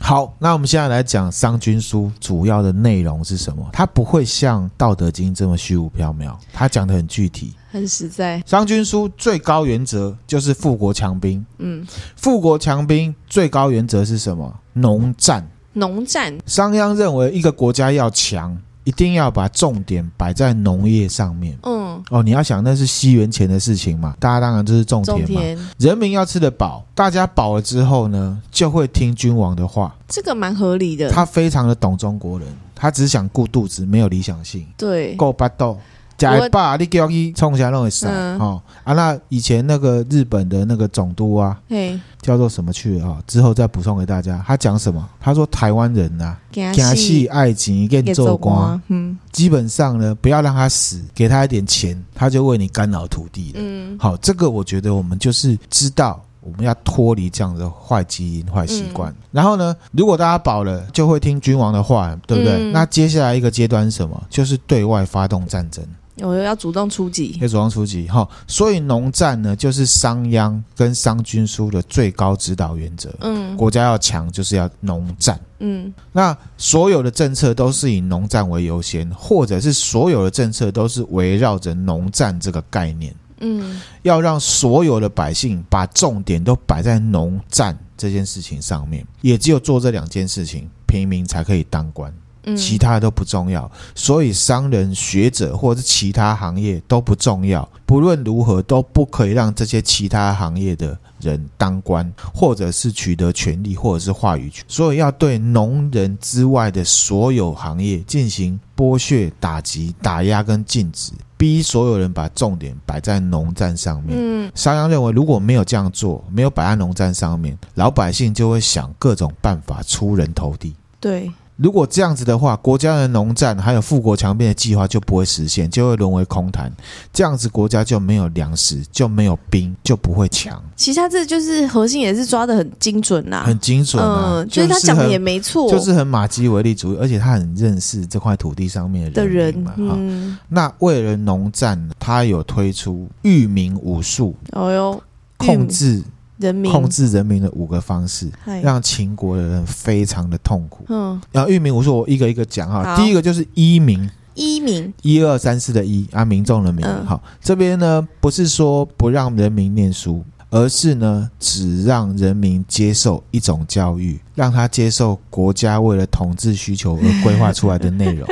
好，那我们现在来讲《商君书》主要的内容是什么？它不会像《道德经》这么虚无缥缈，它讲的很具体。很实在。 《商君书》最高原则就是富国强兵。嗯，富国强兵最高原则是什么？农战。农战商鞅认为，一个国家要强，一定要把重点摆在农业上面。嗯，哦，你要想那是西元前的事情嘛，大家当然就是种种田嘛。田人民要吃得饱，大家饱了之后呢，就会听君王的话。这个蛮合理的。他非常的懂中国人，他只想顾肚子，没有理想性，对，够巴豆。假一霸，你叫伊冲下弄会傻嗯哦啊！那以前那个日本的那个总督啊，嘿，叫做什么去了啊、哦？之后再补充给大家。他讲什么？他说台湾人呐、啊，给他假戏爱情跟给做做官，光。嗯基本上呢，不要让他死，给他一点钱，他就为你干扰土地了。嗯，好，这个我觉得我们就是知道。我们要脱离这样的坏基因、坏习嗯惯。然后呢，如果大家饱了，就会听君王的话，对不对？嗯那接下来一个阶段是什么？就是对外发动战争，我又要主动出击。要主动出击。哈、所以农战呢，就是商鞅跟商君书的最高指导原则。嗯国家要强，就是要农战。嗯，那所有的政策都是以农战为优先，或者是所有的政策都是围绕着农战这个概念，嗯，要让所有的百姓把重点都摆在农战这件事情上面。也只有做这两件事情，平民才可以当官，嗯，其他的都不重要。所以商人、学者或者是其他行业都不重要，不论如何都不可以让这些其他行业的人当官，或者是取得权利，或者是话语权。所以要对农人之外的所有行业进行剥削、打击、打压跟禁止，逼所有人把重点摆在农战上面。嗯商鞅认为，如果没有这样做，没有摆在农战上面，老百姓就会想各种办法出人头地。对，如果这样子的话，国家的农战还有富国强兵的计划就不会实现，就会沦为空谈。这样子国家就没有粮食，就没有兵，就不会强，其实他这就是核心也是抓的很精准呐、很精准啊。嗯，就是他讲的也很没错，就是很马基维利主义，而且他很认识这块土地上面的人人民嘛。，哈、嗯，那为了农战，他有推出育民武术，哦哟，控制人民控，制人民的五个方式，嗨让秦国的人非常的痛苦。嗯，然后育民武术，我一个一个讲哈。好第一个就是一民。一民，一二三四的一啊，民众的民。嗯好，这边呢不是说不让人民念书，而是呢只让人民接受一种教育，让他接受国家为了统治需求而规划出来的内容。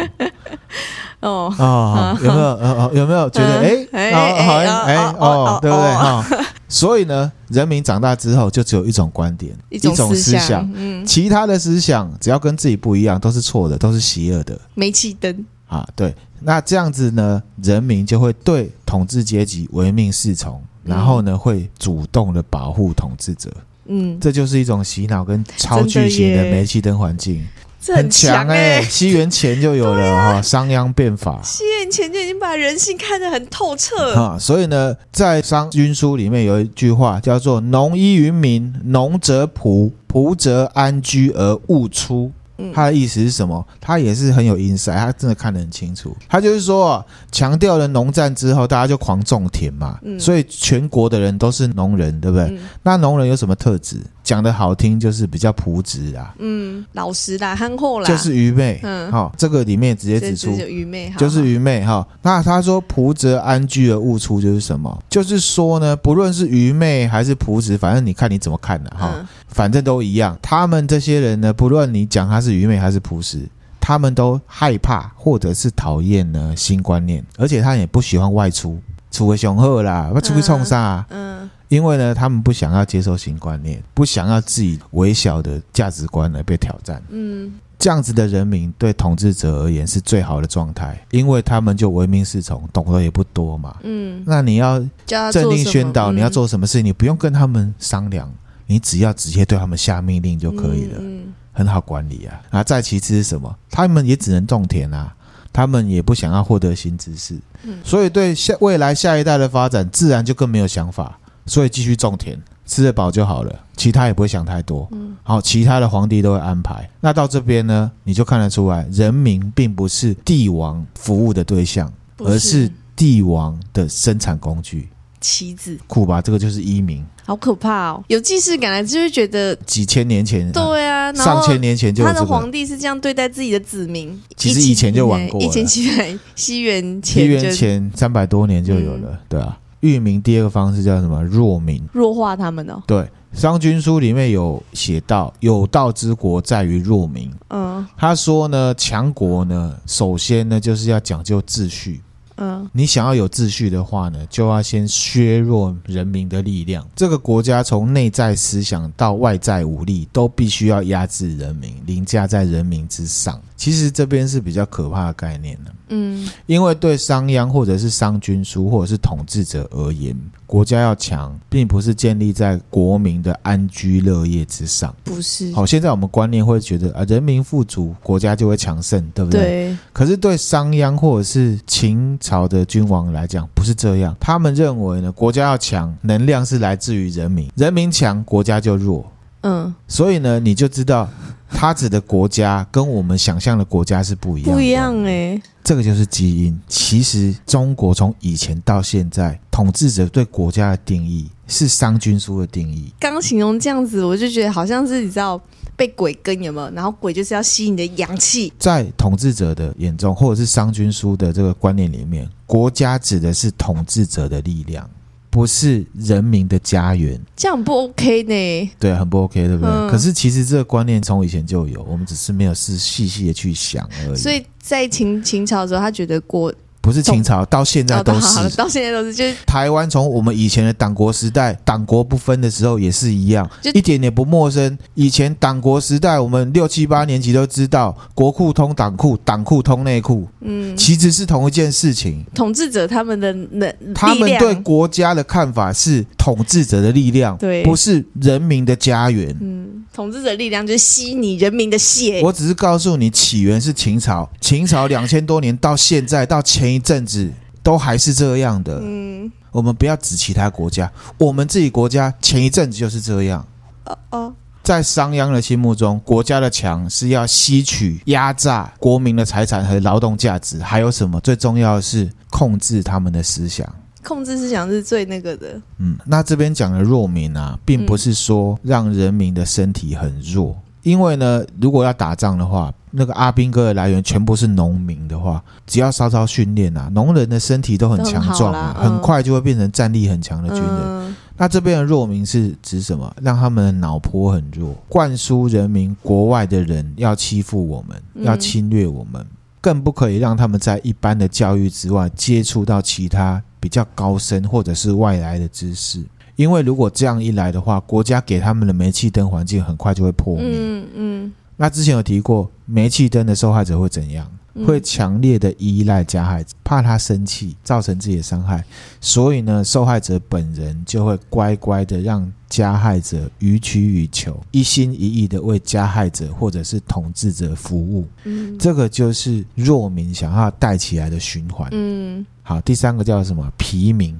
哦，哦，有没有？呃，哦有没有觉得？嗯哎，哎哦，好哎像，哎哎，哦哦哦，对不对？哦哈，所以呢，人民长大之后就只有一种观点，一一种种思想想，，嗯，其他的思想只要跟自己不一样，都是错的，都是邪恶的。煤气灯，啊，对，那这样子呢，人民就会对统治阶级唯命是从，然后呢，会主动的保护统治者，嗯，这就是一种洗脑跟超巨型的真的耶煤气灯环境，这很强欸哎、西元前就有了啊哈、商鞅变法。七年前就已经把人性看得很透彻，啊，所以呢，在《商君书》里面有一句话叫做“农依于民，农则朴，朴则安居而勿出”。嗯他的意思是什么？他也是很有 insight，他真的看得很清楚。他就是说啊，强调了农战之后，大家就狂种田嘛，嗯所以全国的人都是农人，对不对？嗯那农人有什么特质？讲的好听就是比较朴质啊，嗯，老实啦，憨厚啦，就是愚昧。嗯好、这个里面直接这指出这，就愚昧，好就是好愚昧哈。那他说仆则安居而勿出就是什么？就是说呢，不论是愚昧还是仆子，反正你看你怎么看了、哈，嗯反正都一样。他们这些人呢，不论你讲他是愚昧还是仆子。他们都害怕或者是讨厌呢新观念，而且他也不喜欢外出，除非雄鹤啦，要出去冲啥、嗯，因为呢，他们不想要接受新观念，不想要自己微小的价值观而被挑战。嗯，这样子的人民对统治者而言是最好的状态，因为他们就唯命是从，懂得也不多嘛。嗯，那你要叫他做政令什么宣导，嗯你要做什么事，你不用跟他们商量，你只要直接对他们下命令就可以了。嗯嗯很好管理啊。然后再其次是什么？他们也只能种田啊，他们也不想要获得新知识，嗯所以对下未来下一代的发展自然就更没有想法，所以继续种田，吃得饱就好了，其他也不会想太多。嗯好，其他的皇帝都会安排。那到这边呢，你就看得出来，人民并不是帝王服务的对象，嗯不而是帝王的生产工具。棋子，酷吧，这个就是一民，好可怕哦！有既视感来就会觉得，几千年前，对啊，然上后千年前就有他这的个。皇帝是这样对待自己的子民，其实一千以前就玩过了一千七百西元西前元就前三百多年就有了，对啊。域名第二个方式叫什么？弱民。弱化他们哦，对，《商君书》里面有写到，有道之国在于弱民。嗯他说呢，强国呢，首先呢就是要讲究秩序，嗯你想要有秩序的话呢，就要先削弱人民的力量。这个国家从内在思想到外在武力，都必须要压制人民，凌驾在人民之上。其实这边是比较可怕的概念啊呢、嗯，因为对商鞅或者是商君书或者是统治者而言，国家要强，并不是建立在国民的安居乐业之上。不是，好，现在我们观念会觉得啊，人民富足，国家就会强盛，对不对，可是对商鞅或者是秦朝的君王来讲，不是这样。他们认为呢，国家要强，能量是来自于人民，人民强，国家就弱。嗯，所以呢，你就知道他指的国家跟我们想象的国家是不一样的。不一样哎，这个就是基因。其实中国从以前到现在，统治者对国家的定义是商君书的定义。刚形容这样子，我就觉得好像是你知道被鬼跟有没有？然后鬼就是要吸你的阳气，在统治者的眼中，或者是商君书的这个观念里面，国家指的是统治者的力量，不是人民的家园。这样不 OK 呢？对，很不 OK，对不对？嗯可是其实这个观念从以前就有，我们只是没有是细细的去想而已。所以在秦秦朝的时候，他觉得国不是秦朝到现在哦到都好了，是。到现在都是就是台湾从我们以前的党国时代，党国不分的时候也是一样，就一点也不陌生。以前党国时代，我们六七八年级都知道，国库通党库，党库通内库，嗯，其实是同一件事情。统治者他们的能他嗯力们量对国家的看法是统治者的力量，对不是人民的家园。嗯，统治者力量就是吸你人民的血，我只是告诉你，起源是秦朝，秦朝两千多年到现在，到前一阵子都还是这样的。嗯，我们不要指其他国家，我们自己国家前一阵子就是这样。哦哦，在商鞅的心目中，国家的强是要吸取、压榨国民的财产和劳动价值，还有什么？最重要的是控制他们的思想。控制思想是最那个的，嗯，那这边讲的弱民啊，并不是说嗯让人民的身体很弱，因为呢，如果要打仗的话，那个阿兵哥的来源全部是农民的话，只要稍稍训练啊，农人的身体都很强壮啊，都很好啦嗯很快就会变成战力很强的军人。嗯，那这边的弱民是指什么？让他们的脑波很弱，灌输人民国外的人要欺负我们，嗯要侵略我们，更不可以让他们在一般的教育之外接触到其他比较高深或者是外来的知识。因为如果这样一来的话，国家给他们的煤气灯环境很快就会破灭。嗯嗯那之前有提过，煤气灯的受害者会怎样？嗯，会强烈的依赖加害者，怕他生气造成自己的伤害，所以呢，受害者本人就会乖乖的让加害者予取予求，一心一意的为加害者或者是统治者服务。嗯这个就是弱民想要带起来的循环。嗯好，第三个叫什么？疲民，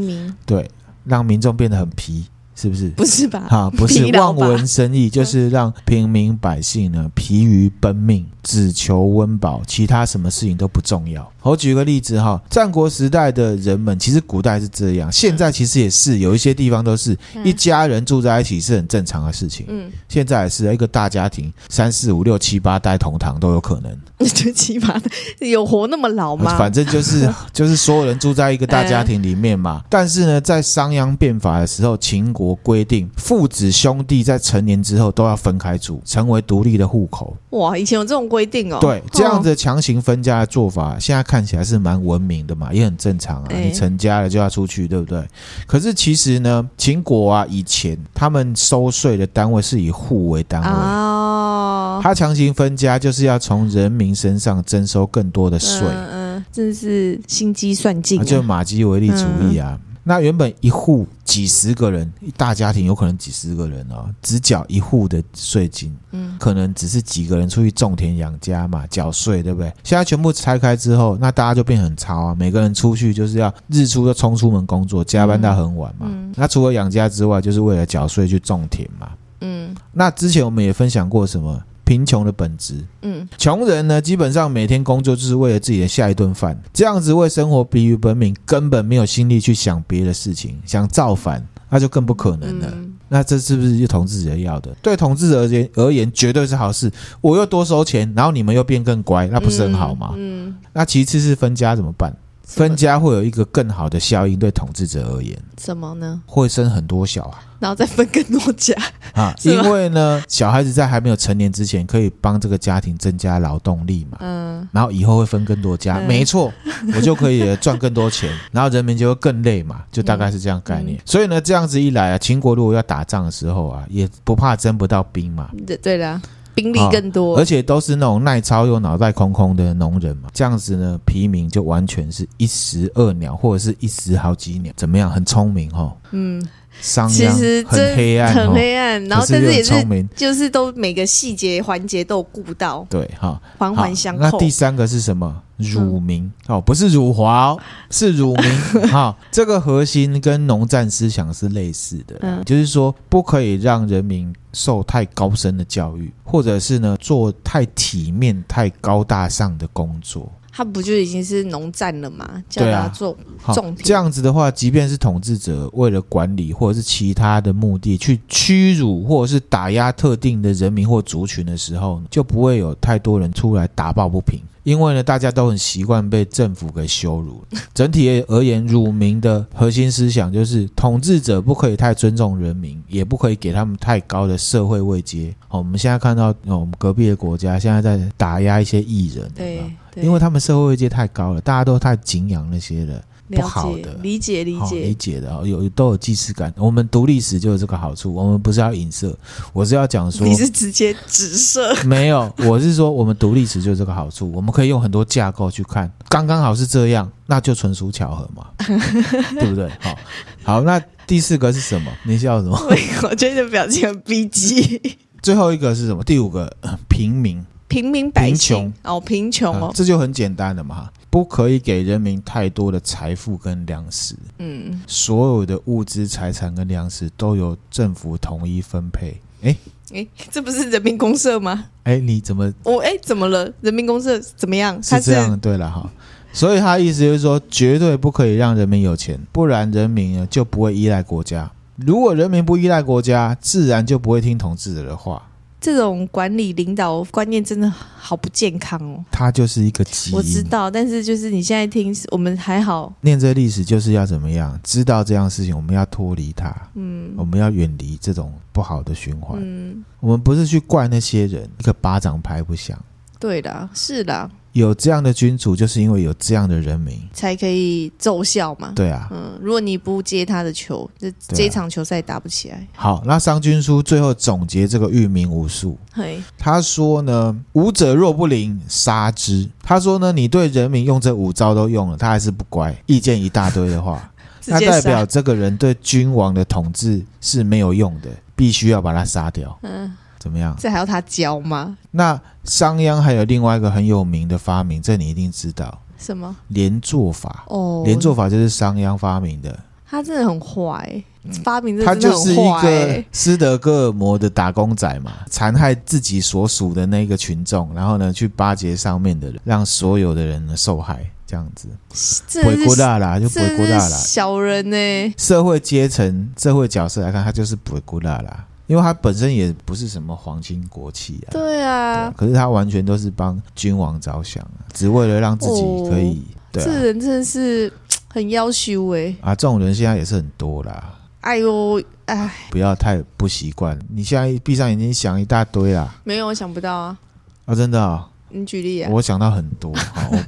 民对，让民众变得很疲，是不是？不是 吧？啊，不是疲劳望吧嗯文生义，就是让平民百姓呢疲于奔命，只求温饱，其他什么事情都不重要。我举个例子哈，战国时代的人们，其实古代是这样，现在其实也是有一些地方都是嗯一家人住在一起是很正常的事情，嗯，现在也是一个大家庭，三四五六七八代同堂都有可能，就起码有活那么老吗？反正就是 就是所有人住在一个大家庭里面嗯嘛。但是呢，在商鞅变法的时候，秦国规定父子兄弟在成年之后都要分开住，成为独立的户口。哇，以前有这种规定哦，对，这样哦，子强行分家的做法，现在看起来是蛮文明的嘛，也很正常啊。哎你成家了就要出去，对不对？可是其实呢，秦国啊，以前他们收税的单位是以户为单位。哦，他强行分家，就是要从人民身上征嗯收更多的税。嗯嗯，真是心机算尽啊、啊，嗯就马基维利主义啊。那原本一户几十个人，一大家庭有可能几十个人哦，只缴一户的税金，嗯，可能只是几个人出去种田养家嘛，缴税，对不对？现在全部拆开之后，那大家就变很潮啊，每个人出去就是要日出就冲出门工作，加班到很晚嘛。嗯那除了养家之外，就是为了缴税去种田嘛。嗯那之前我们也分享过什么贫穷的本质，嗯穷人呢，基本上每天工作就是为了自己的下一顿饭，这样子为生活疲于奔命，根本没有心力去想别的事情，想造反那就更不可能了。嗯，那这是不是就统治者要的？对统治者而言而言，绝对是好事。我又多收钱，然后你们又变更乖，那那不是很好吗？嗯，那其次是分家怎么办？什么分家会有一个更好的效应，对统治者而言，什么呢？会生很多小 孩。然后再分更多家，啊，是因吗为呢，小孩子在还没有成年之前，可以帮这个家庭增加劳动力嘛， 嗯然后以后会分更多家，嗯没 错，我就可以赚更多钱，然后人民就会更累嘛，就大概是这样概嗯念。所以呢，这样子一来啊，秦国如果要打仗的时候啊，也不怕征不到兵嘛，对对啦，兵力啊更多，而且都是那种耐操又脑袋空空的农人嘛，这样子呢，平民就完全是一石二鸟，或者是一石好几鸟，怎么样？很聪明哦，嗯，商其鞅实很这黑暗很哦，黑暗，然后可但是又是也很是聪明，就是都每个细节环节都有顾到，对哈。环好环相那扣嗯第。三个是什么？乳名、哦，不是辱华哦，是乳 名。哈、这个核心跟农战思想是类似的，嗯就是说不可以让人民受太高深的教育，或者是呢做太体面、太高大上的工作。他不就已经是农战了嘛？叫对啊他种好种田这样子的话，即便是统治者为了管理或者是其他的目的去屈辱或者是打压特定的人民或族群的时候，就不会有太多人出来打抱不平，因为呢，大家都很习惯被政府给羞 辱。整体而言，辱民的核心思想就是统治者不可以太尊重人民，也不可以给他们太高的社会位阶。哦，我们现在看到、哦、我们隔壁的国家现在在打压一些艺人，有没有对，对啊因为他们社会位阶太高了，大家都太敬仰那些了。了不好解的理解理好理解，解的哦，有都有既视感。我们读历史就有这个好处，我们不是要影射，我是要讲说你是直接直射，没有，我是说我们读历史就有这个好处，我们可以用很多架构去看，刚刚好是这样，那就纯属巧合 嘛，对不对？好，好，那第四个是什么？你笑什么？ 我觉得表情很逼急。最后一个是什么？第五个，呃平民。平民 百贫姓哦， 贫穷啊哦，这就很简单了嘛，哈不可以给人民太多的财富跟粮食，嗯，所有的物资、财产跟粮食都由政府统一分配。诶。哎，这不是人民公社吗？哎，你怎么我哎，怎么了？人民公社怎么样？是他这样？对了哈，所以他意思就是说，绝对不可以让人民有钱，不然人民呢就不会依赖国家。如果人民不依赖国家，自然就不会听统治者的话。这种管理领导观念真的好不健康哦。他就是一个基因。我知道，但是就是你现在听，我们还好，念这历史就是要怎么样？知道这样的事情，我们要脱离它。嗯，我们要远离这种不好的循环。嗯，我们不是去怪那些人，一个巴掌拍不响。对啦，是啦，有这样的君主，就是因为有这样的人民。才可以奏效嘛。对啊，嗯，如果你不接他的球，这啊这一场球赛打不起来。好，那商君书最后总结这个域名武术，嘿，他说呢，武者若不灵，杀之。他说呢，你对人民用这五招都用了，他还是不乖，意见一大堆的话， 直那接代杀表这个人对君王的统治是没有用的，必须要把他杀掉。嗯，怎么样？这还要他教吗？那商鞅还有另外一个很有名的发明，这你一定知道，什么？连坐法。哦，连坐法就是商鞅发明的，他真的很坏、发明这嗯他真的就是很一坏、个斯德哥尔摩的打工仔嘛，残害自己所属的那个群众，然后呢去巴结上面的人，让所有的人呢受害，这样子。这鬼孤是大啦，就哎这鬼孤大是啦。小人哎呢、社会阶层、社会角色来看，他就是鬼孤大啦，因为他本身也不是什么皇亲国戚啊。对啊对，可是他完全都是帮君王着想啊，只为了让自己可以、对这啊。人真的哦是很要羞哎、啊，这种人现在也是很多啦，哎呦，哎，不要太不习惯。你现在闭上眼睛想一大堆啦，没有，我想不到啊。啊，真的啊、你举例啊？我想到很多，好， 我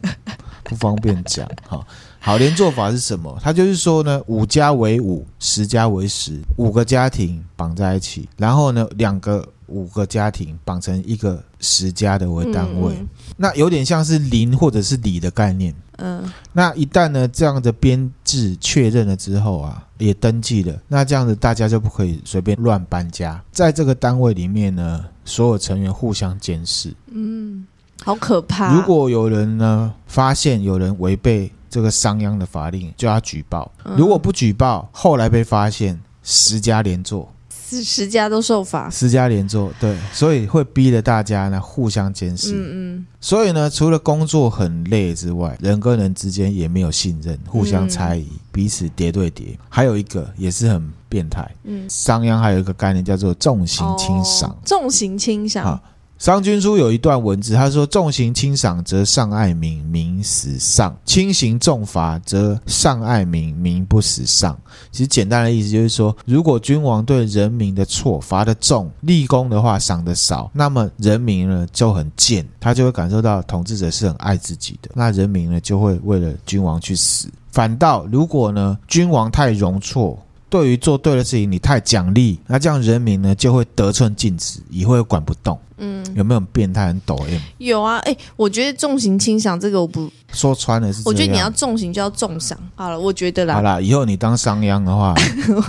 不方便讲，好，好，连做法是什么？他就是说呢，五家为五，十家为十，五个家庭绑在一起，然后呢，两个五个家庭绑成一个十家的为单位，嗯那有点像是邻或者是里的概念。嗯那一旦呢这样的编制确认了之后啊，也登记了，那这样子大家就不可以随便乱搬家。在这个单位里面呢，所有成员互相监视，嗯，好可怕。啊如果有人呢发现有人违背这个商鞅的法令，就要举报。嗯如果不举报，后来被发现，十家连坐，十十家都受罚，十家连坐，对，所以会逼得大家呢互相监视。嗯嗯，所以呢，除了工作很累之外，人跟人之间也没有信任，嗯互相猜疑，彼此叠对叠。还有一个也是很变态，嗯，商鞅还有一个概念叫做重刑轻赏。哦重刑轻赏好，商君书有一段文字，他说：“重刑轻赏，则上爱民，民死上；轻刑重罚，则上爱民，民不死上。”其实简单的意思就是说，如果君王对人民的错罚的重，立功的话赏的少，那么人民呢就很贱，他就会感受到统治者是很爱自己的，那人民呢就会为了君王去死。反倒如果呢君王太容错，对于做对的事情你太奖励，那这样人民呢就会得寸进尺，以后又管不动。嗯，有没有很变态、很抖欸 M？有啊，哎、我觉得重刑轻赏这个我不，说穿了是这样，我觉得你要重刑就要重赏。好了，我觉得好啦，啦，以后你当商鞅的话，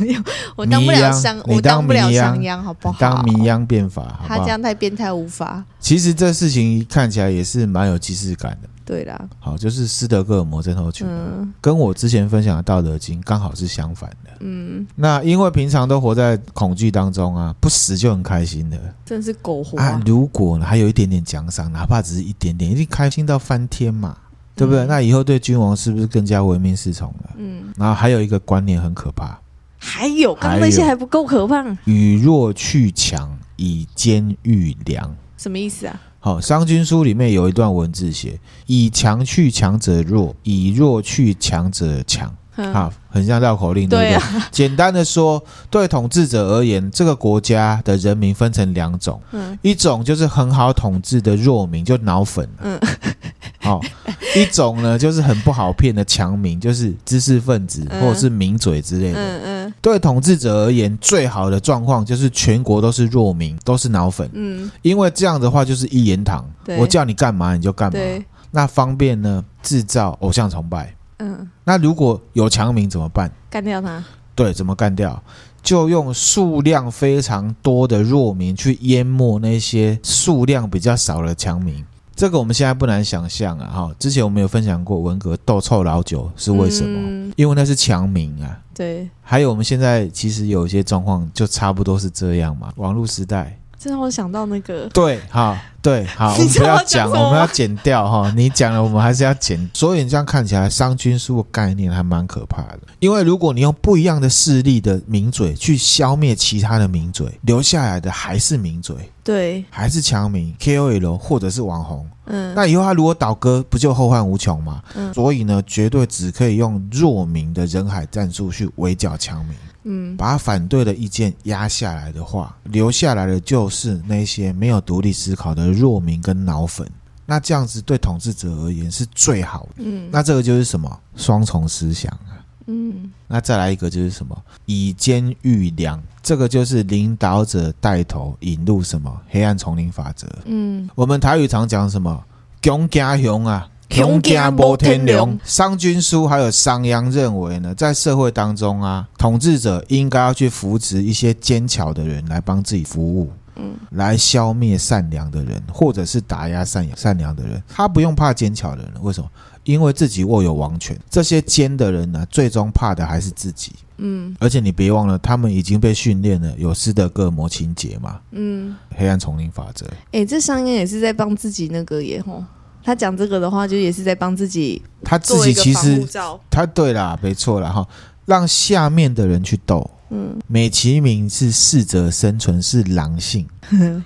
我当不了商，迷秧我当不了你当商迷 鞅，好不好？当民鞅变法，好他不这好？样太变态无法。其实这事情看起来也是蛮有既视感的。对啦，好，就是斯德哥尔摩症候群，啊嗯跟我之前分享的《道德经》刚好是相反的。嗯，那因为平常都活在恐惧当中啊，不死就很开心的真是苟活、啊。如果呢还有一点点奖赏，哪怕只是一点点，一定开心到翻天嘛，对不对？嗯那以后对君王是不是更加唯命是从了？嗯，然后还有一个观念很可怕，还有，刚刚还那有些还不够可怕，与弱去强，以坚御良。什么意思啊？好，《商君书》里面有一段文字写：“以强去强者弱，以弱去强者强。”嗯啊，很像绕口令，对不对对？啊简单的说，对统治者而言，这个国家的人民分成两种，嗯一种就是很好统治的弱民，就脑粉，嗯， 好、一种呢就是很不好骗的强民，就是知识分子嗯或者是名嘴之类的。嗯嗯对统治者而言，最好的状况就是全国都是弱民，都是脑粉，嗯，因为这样的话就是一言堂，对我叫你干嘛你就干嘛，对，那方便呢制造偶像崇拜。嗯，那如果有强民怎么办？干掉他，对，怎么干掉？就用数量非常多的弱民去淹没那些数量比较少的强民。这个我们现在不难想象啊，哈，之前我们有分享过文革斗臭老九是为什么？嗯、因为那是强民啊，对，还有我们现在其实有一些状况就差不多是这样嘛，网络时代。这让我想到那个，对，好，对，好，我 你们知不道要要讲讲，什么吗我们要剪掉哈。你讲了，我们还是要剪。所以你这样看起来，商君书的概念还蛮可怕的。因为如果你用不一样的势力的名嘴去消灭其他的名嘴，留下来的还是名嘴，对，还是强民 KOL 或者是网红。嗯，那以后他如果倒戈，不就后患无穷吗？嗯所以呢，绝对只可以用弱民的人海战术去围剿强民。嗯把反对的意见压下来的话，留下来的就是那些没有独立思考的弱民跟脑粉。那这样子对统治者而言是最好的。嗯那这个就是什么双重思想啊？嗯，那再来一个就是什么以奸御良，这个就是领导者带头引入什么黑暗丛林法则。嗯，我们台语常讲什么“穷家雄啊”。穷家无天良商君书还有商鞅认为呢，在社会当中啊，统治者应该要去扶持一些坚巧的人来帮自己服务，嗯，来消灭善良的人，或者是打压善良善良的人。他不用怕坚巧的人，为什么？因为自己握有王权。这些奸的人呢、最终怕的还是自己。嗯而且你别忘了，他们已经被训练了有斯德哥尔摩情节嘛，嗯，黑暗丛林法则。哎、这商鞅也是在帮自己那个耶吼。他讲这个的话，就也是在帮自己他自做一己个其防实护罩。他对啦，没错啦哈，让下面的人去斗。嗯，美其名是适者生存，是狼 性，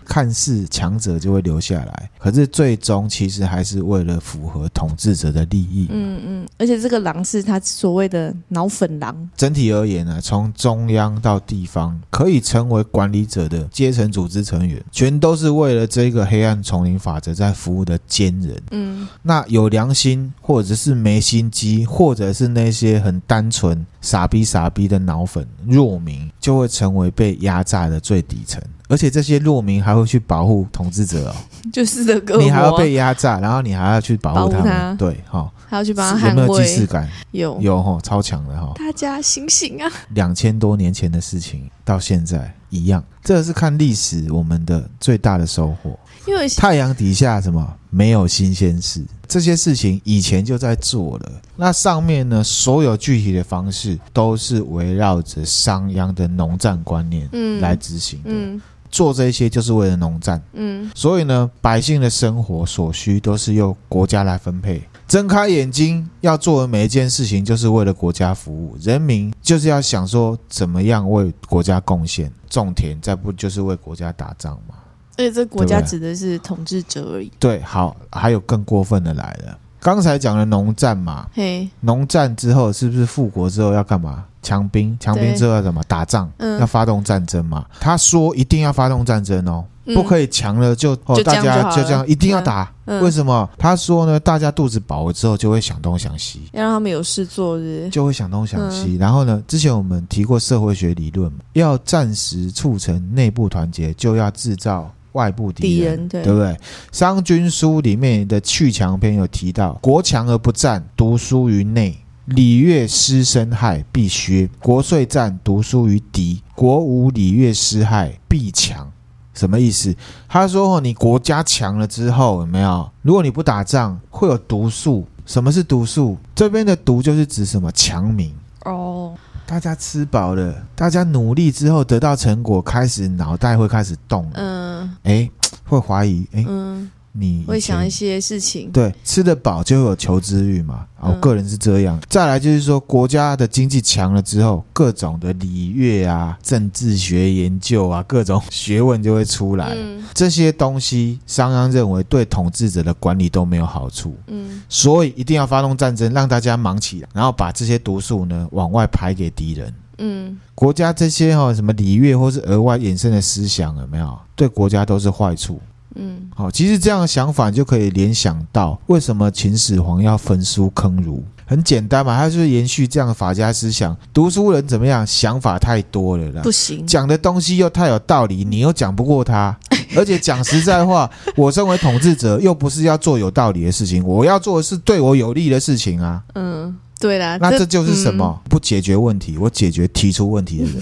看似强者就会留下来，可是最终其实还是为了符合统治者的利益。嗯嗯，而且这个狼是他所谓的脑粉狼，整体而言呢、啊从中央到地方，可以成为管理者的阶层组织成员，全都是为了这个黑暗丛林法则在服务的奸人。嗯那有良心，或者是没心机，或者是那些很单纯傻逼傻逼的脑粉弱民就会成为被压榨的最底层，而且这些弱民还会去保护统治 者哦，就是这个，你还要被压榨，然后你还要去保护他保护他们，对，哈，还要去帮他有没捍有既视卫，感？有有哈，超强的哈，大家醒醒啊！两千多年前的事情到现在一样，这是看历史我们的最大的收获。因为太阳底下什么没有新鲜事，这些事情以前就在做了。那上面呢，所有具体的方式都是围绕着商鞅的农战观念嗯来执行的。嗯做这些就是为了农战，嗯，所以呢，百姓的生活所需都是由国家来分配。睁开眼睛要做的每一件事情，就是为了国家服务。人民就是要想说怎么样为国家贡献，种田再不就是为国家打仗吗？而且这国家对不对指的是统治者而已。对，好，还有更过分的来了。刚才讲了农战嘛，嘿，农战之后是不是复国之后要干嘛？强兵，强兵之后要怎么打仗？嗯要发动战争嘛？他说一定要发动战争哦，嗯不可以强了就哦，就这大样家就好了就这样一定要打。嗯为什么？他说呢，大家肚子饱了之后就会想东想西，要让他们有事做，是不是？就会想东想嗯西。然后呢，之前我们提过社会学理论嘛，要暂时促成内部团结，就要制造外部敌敌人，人对不对？《商君书》里面的《去强篇》有提到：“国强而不战，独输于内；礼乐失身害，必削；国虽战，独输于敌；国无礼乐失害，必强。”什么意思？他说：“哦，你国家强了之后，有没有？如果你不打仗，会有毒素。什么是毒素？这边的毒就是指什么强民。哦，大家吃饱了，大家努力之后得到成果，开始脑袋会开始动了，嗯哎、会怀疑，哎、嗯，你以会想一前些事情。对，吃得饱就会有求知欲嘛。啊，我嗯个人是这样。再来就是说，国家的经济强了之后，各种的礼乐啊、政治学研究啊，各种学问就会出来。嗯这些东西，商鞅认为对统治者的管理都没有好处，嗯所以一定要发动战争，让大家忙起来，然后把这些毒素呢往外排给敌人。嗯，国家这些哈、哦、什么礼乐或是额外衍生的思想有没有？对国家都是坏处。嗯，好，其实这样的想法就可以联想到为什么秦始皇要焚书坑儒，很简单嘛，他就是延续这样的法家思想。读书人怎么样？想法太多了啦不，行，讲的东西又太有道理，你又讲不过 他，而且讲实在话，我身为统治者又不是要做有道理的事情，我要做的是对我有利的事情啊。嗯，对啦，那这这嗯就是什么？不解决问题，我解决提出问题的人。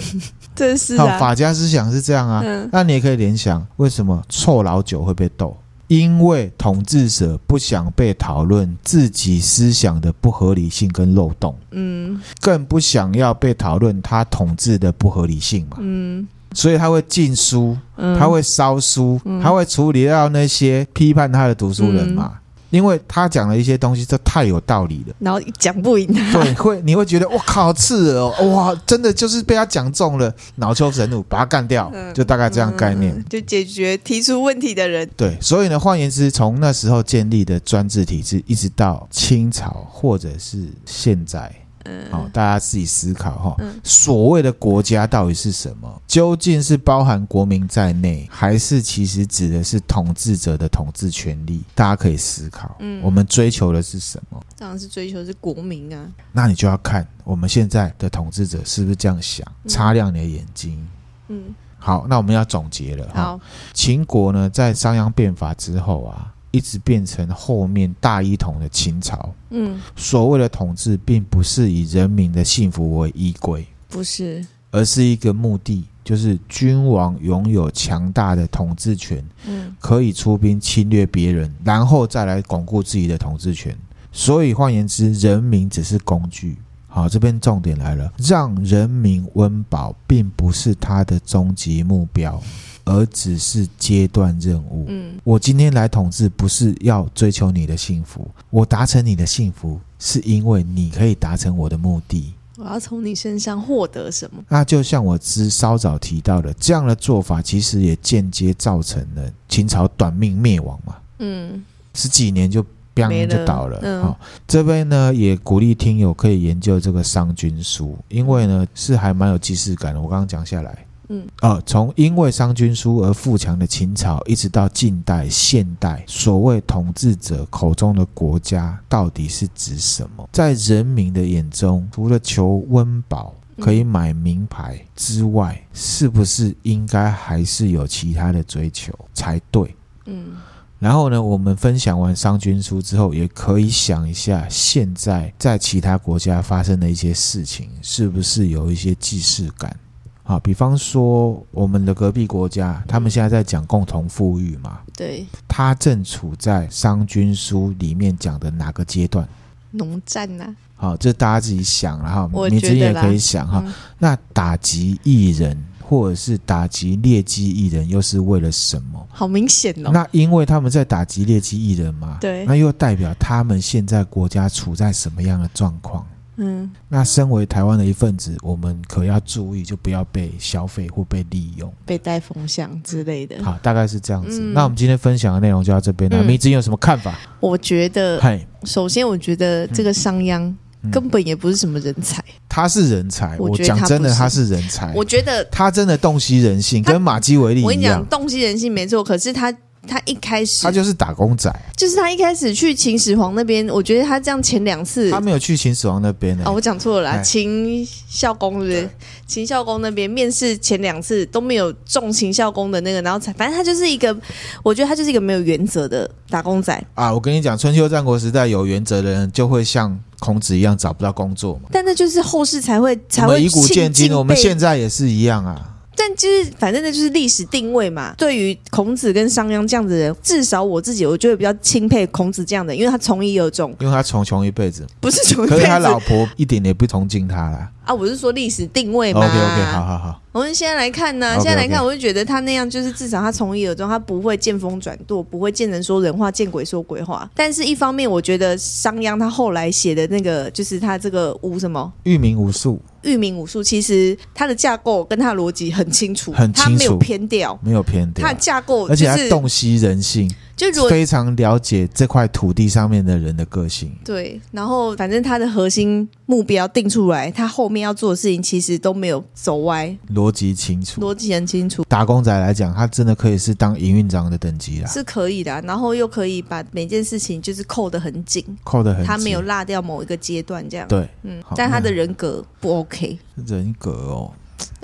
这 是好，啊，法家思想是这样啊。嗯那你也可以联想，为什么臭老九会被斗？因为统治者不想被讨论自己思想的不合理性跟漏洞，嗯更不想要被讨论他统治的不合理性嘛，嗯所以他会禁书，嗯，他会烧书，他会处理到那些批判他的读书人嘛，嗯因为他讲的一些东西，这太有道理 了。然后讲不赢啊他，对，会你会觉得我靠，好刺耳哦，哇，真的就是被他讲中了，恼羞成怒，把他干掉，嗯就大概这样概念。嗯 就解决提出问题的人。对，所以呢，换言之，从那时候建立的专制体制，一直到清朝或者是现在，嗯好、大家自己思考哈、嗯所谓的国家到底是什么？究竟是包含国民在内，还是其实指的是统治者的统治权利？大家可以思考，嗯我们追求的是什么？当然是追求是国民啊，那你就要看我们现在的统治者是不是这样想，擦亮你的眼睛。嗯，好，那我们要总结了哈。好，秦国呢，在商鞅变法之后啊，一直变成后面大一统的秦朝。嗯，所谓的统治，并不是以人民的幸福为依归，不是，而是一个目的，就是君王拥有强大的统治权，嗯可以出兵侵略别人，然后再来巩固自己的统治权。所以换言之，人民只是工具。好，这边重点来了，让人民温饱并不是他的终极目标，而只是阶段任务。嗯我今天来统治，不是要追求你的幸福，我达成你的幸福，是因为你可以达成我的目的。我要从你身上获得什么？那就像我之稍早提到的，这样的做法其实也间接造成了秦朝短命灭亡嘛，嗯十几年就。没砰了就倒了。好、哦嗯这边呢也鼓励听友可以研究这个《商君书》，因为呢是还蛮有既视感的。我刚刚讲下来，嗯，哦，从因为《商君书》而富强的秦朝，一直到近代、现代，所谓统治者口中的国家到底是指什么？在人民的眼中，除了求温饱。可以买名牌之外，是不是应该还是有其他的追求才对？嗯，然后呢，我们分享完商君书之后，也可以想一下，现在在其他国家发生的一些事情，是不是有一些既视感？啊，比方说我们的隔壁国家，他们现在在讲共同富裕嘛，对，它正处在商君书里面讲的哪个阶段？农战啊呐、好，这大家自己想了哈，我你自己觉得也啦可以想哈。嗯那打击艺人或者是打击劣迹艺人，又是为了什么？好明显哦。那因为他们在打击劣迹艺人嘛，对那又代表他们现在国家处在什么样的状况？嗯，那身为台湾的一份子，我们可要注意，就不要被消费或被利用。被带风向之类的。好，大概是这样子。嗯那我们今天分享的内容就到这边了。嗯呃迷之音有什么看法？我觉得，嘿，首先我觉得这个商鞅嗯哎根本也不是什么人才。他是人才，我我觉得讲他真的，不是他是人才，我觉得，他真的洞悉人性，他跟马基维利我跟一你讲样，，洞悉人性没错，可是他他一开始他就是打工仔，就是他一开始去秦始皇那边，我觉得他这样前两次他没有去秦始皇那边呢、哦，我讲错了啦，哎秦孝公是不是？秦孝公那边面试前两次都没有中秦孝公的那个，然后才反正他就是一个，我觉得他就是一个没有原则的打工仔。啊，我跟你讲，春秋战国时代有原则的人就会像孔子一样找不到工作嘛。但那就是后世才会才我会们以古鉴庆今，敬我们被现在也是一样啊。但就是反正那就是历史定位嘛。对于孔子跟商鞅这样子的人，至少我自己我就会比较钦佩孔子这样的，因为他从一而终，因为他穷穷一 辈子，不是穷一可辈是他子老婆一点也不同情他啦。啊。我是说历史定位 OK 嘛。 OK，好好好，我们现在来看呢、 OK，OK 现在来看，我就觉得他那样就是至少他从一而终，他不会见风转舵，不会见人说人话，见鬼说鬼话。但是一方面，我觉得商鞅他后来写的那个，就是他这个无什么。域名无数，域名武术其实它的架构跟它的逻辑很清楚，很清楚它没有偏掉，没有偏掉它，的架构而且就他是洞悉人性，就如果非常了解这块土地上面的人的个性。对，然后反正它的核心目标定出来，它后面要做的事情其实都没有走歪，逻辑清楚。逻辑很清楚。打工仔来讲，他真的可以是当营运长的等级啦，是可以的啊、然后又可以把每件事情就是扣得很紧，扣得很紧。他没有落掉某一个阶段这样。对嗯好，但他的那人格不 OK。人格哦，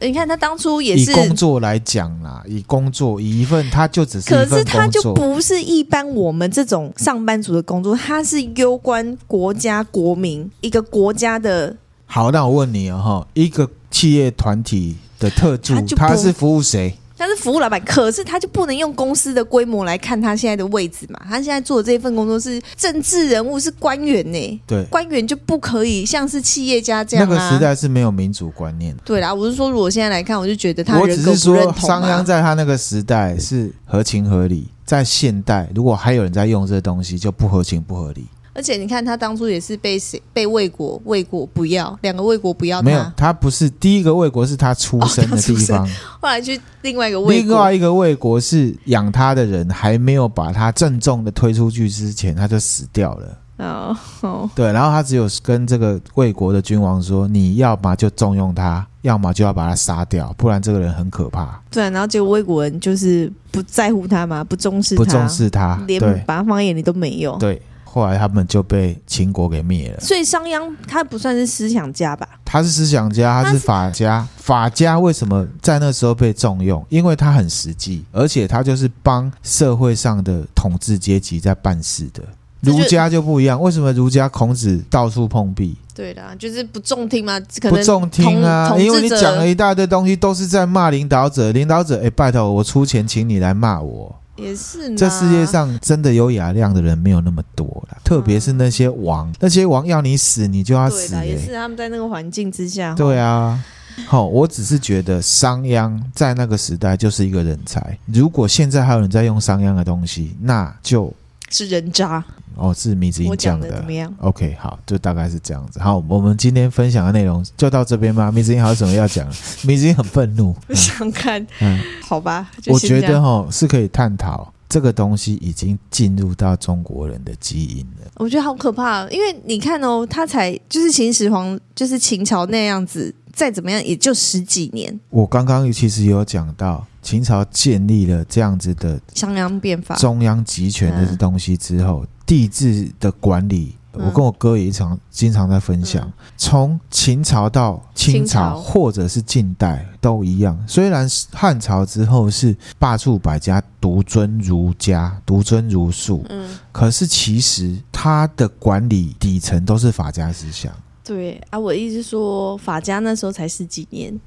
你看他当初也以是，工作来讲啦，以工作以一份，他就只是可一是份他工就作，不是一般我们这种上班族的工作，他是攸关国家国民一个国家的。好，那我问你哦，哈，一个企业团体的特助他，就不他是服务谁？他是服务老板，可是他就不能用公司的规模来看他现在的位置嘛？他现在做的这份工作是政治人物，是官员呢、对，官员就不可以像是企业家这那样个啊。时代是没有民主观念的。对啦，我是说，如果现在来看，我就觉得他我人只格是不认说，同啊商嘛鞅在他那个时代是合情合理，在现代如果还有人在用这东西，就不合情不合理。而且你看，他当初也是被谁被魏国，魏国不要，两个魏国不要没有哦他他，，哦不是第一个魏国是他出生的地 方，后来去另外一个魏另国外。一个魏国是养他的人还没有把他郑重的推出去之前，他就死掉了。哦哦，对，然后他只有跟这个魏国的君王说，你要么就重用他，要么就要把他杀掉，不然这个人很可怕，对啊，然后结果魏国人就是不在乎他嘛，不重视他，不重视他。连对把他放在眼里都没有。对，后来他们就被秦国给灭了。所以商鞅他不算是思想家吧？他是思想家，他是法家。法家为什么在那时候被重用？因为他很实际，而且他就是帮社会上的统治阶级在办事的。这就儒家就不一样，为什么儒家孔子到处碰壁，对啦，就是不重听嘛，可不能中听啊？统因为你统治者讲了一大堆东西，都是在骂领导者。领导者，哎、拜托，我出钱请你来骂我。也是啦这世界上真的有雅量的人没有那么多嗯啦，特别是那些王，那些王要你死，你就要对死、啦，也欸。是他们在那个环境之下，对啊，好、我只是觉得商鞅在那个时代就是一个人才。如果现在还有人在用商鞅的东西，那就是人渣。哦是米子英我讲的啊嗯的怎么样？ OK，好，就大概是这样子。好，我们今天分享的内容就到这边吧。米子英还有什么要讲？ 米子英很愤 怒，我想看，嗯，好吧，就我先觉这样得哈、是可以探讨这个东西已经进入到中国人的基因了。我觉得好可怕、因为你看哦，他才就是秦始皇，就是秦朝那样子，再怎么样也就十几年，我刚刚其实有讲到，秦朝建立了这样子的商鞅变法，中央集权的东西之后，地质的管理嗯我跟我哥也常经常在分享，从秦朝到清清朝朝或者是近代都一样。虽然是汉朝之后是罢黜百家，独尊儒家，独尊儒术，嗯，可是其实他的管理底层都是法家思想。对啊，我的意思是说，法家那时候才十几年，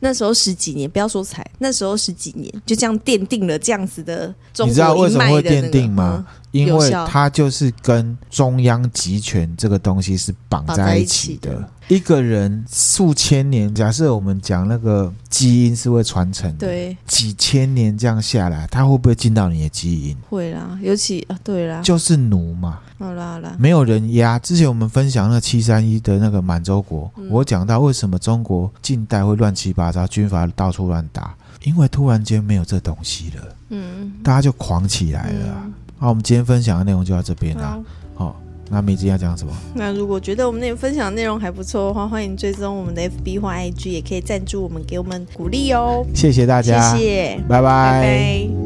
那时候十几年，不要说才，那时候十几年就这样奠定了这样子的中你知道国为一什么脉会的那个嗯奠定吗？因为有效它就是跟中央集权这个东西是绑在一起绑的。一个人数千年，假设我们讲那个基因是会传承嗯的，对，几千年这样下来，它会不会进到你的基因？会啦，尤其啊，对啦，就是奴嘛，好啦好啦，没有人压。之前我们分享那七三一的那个满洲国，嗯我讲到为什么中国近代会乱七八糟，军阀到处乱打，因为突然间没有这东西了，嗯，大家就狂起来了啊、嗯好，我们今天分享的内容就到这边啊啦好。，好、那米今天要讲什么？那如果觉得我们那分享的内容还不错的话，欢迎追踪我们的 FB 或 IG，也可以赞助我们，给我们鼓励哦。谢谢大谢家，谢，拜拜拜拜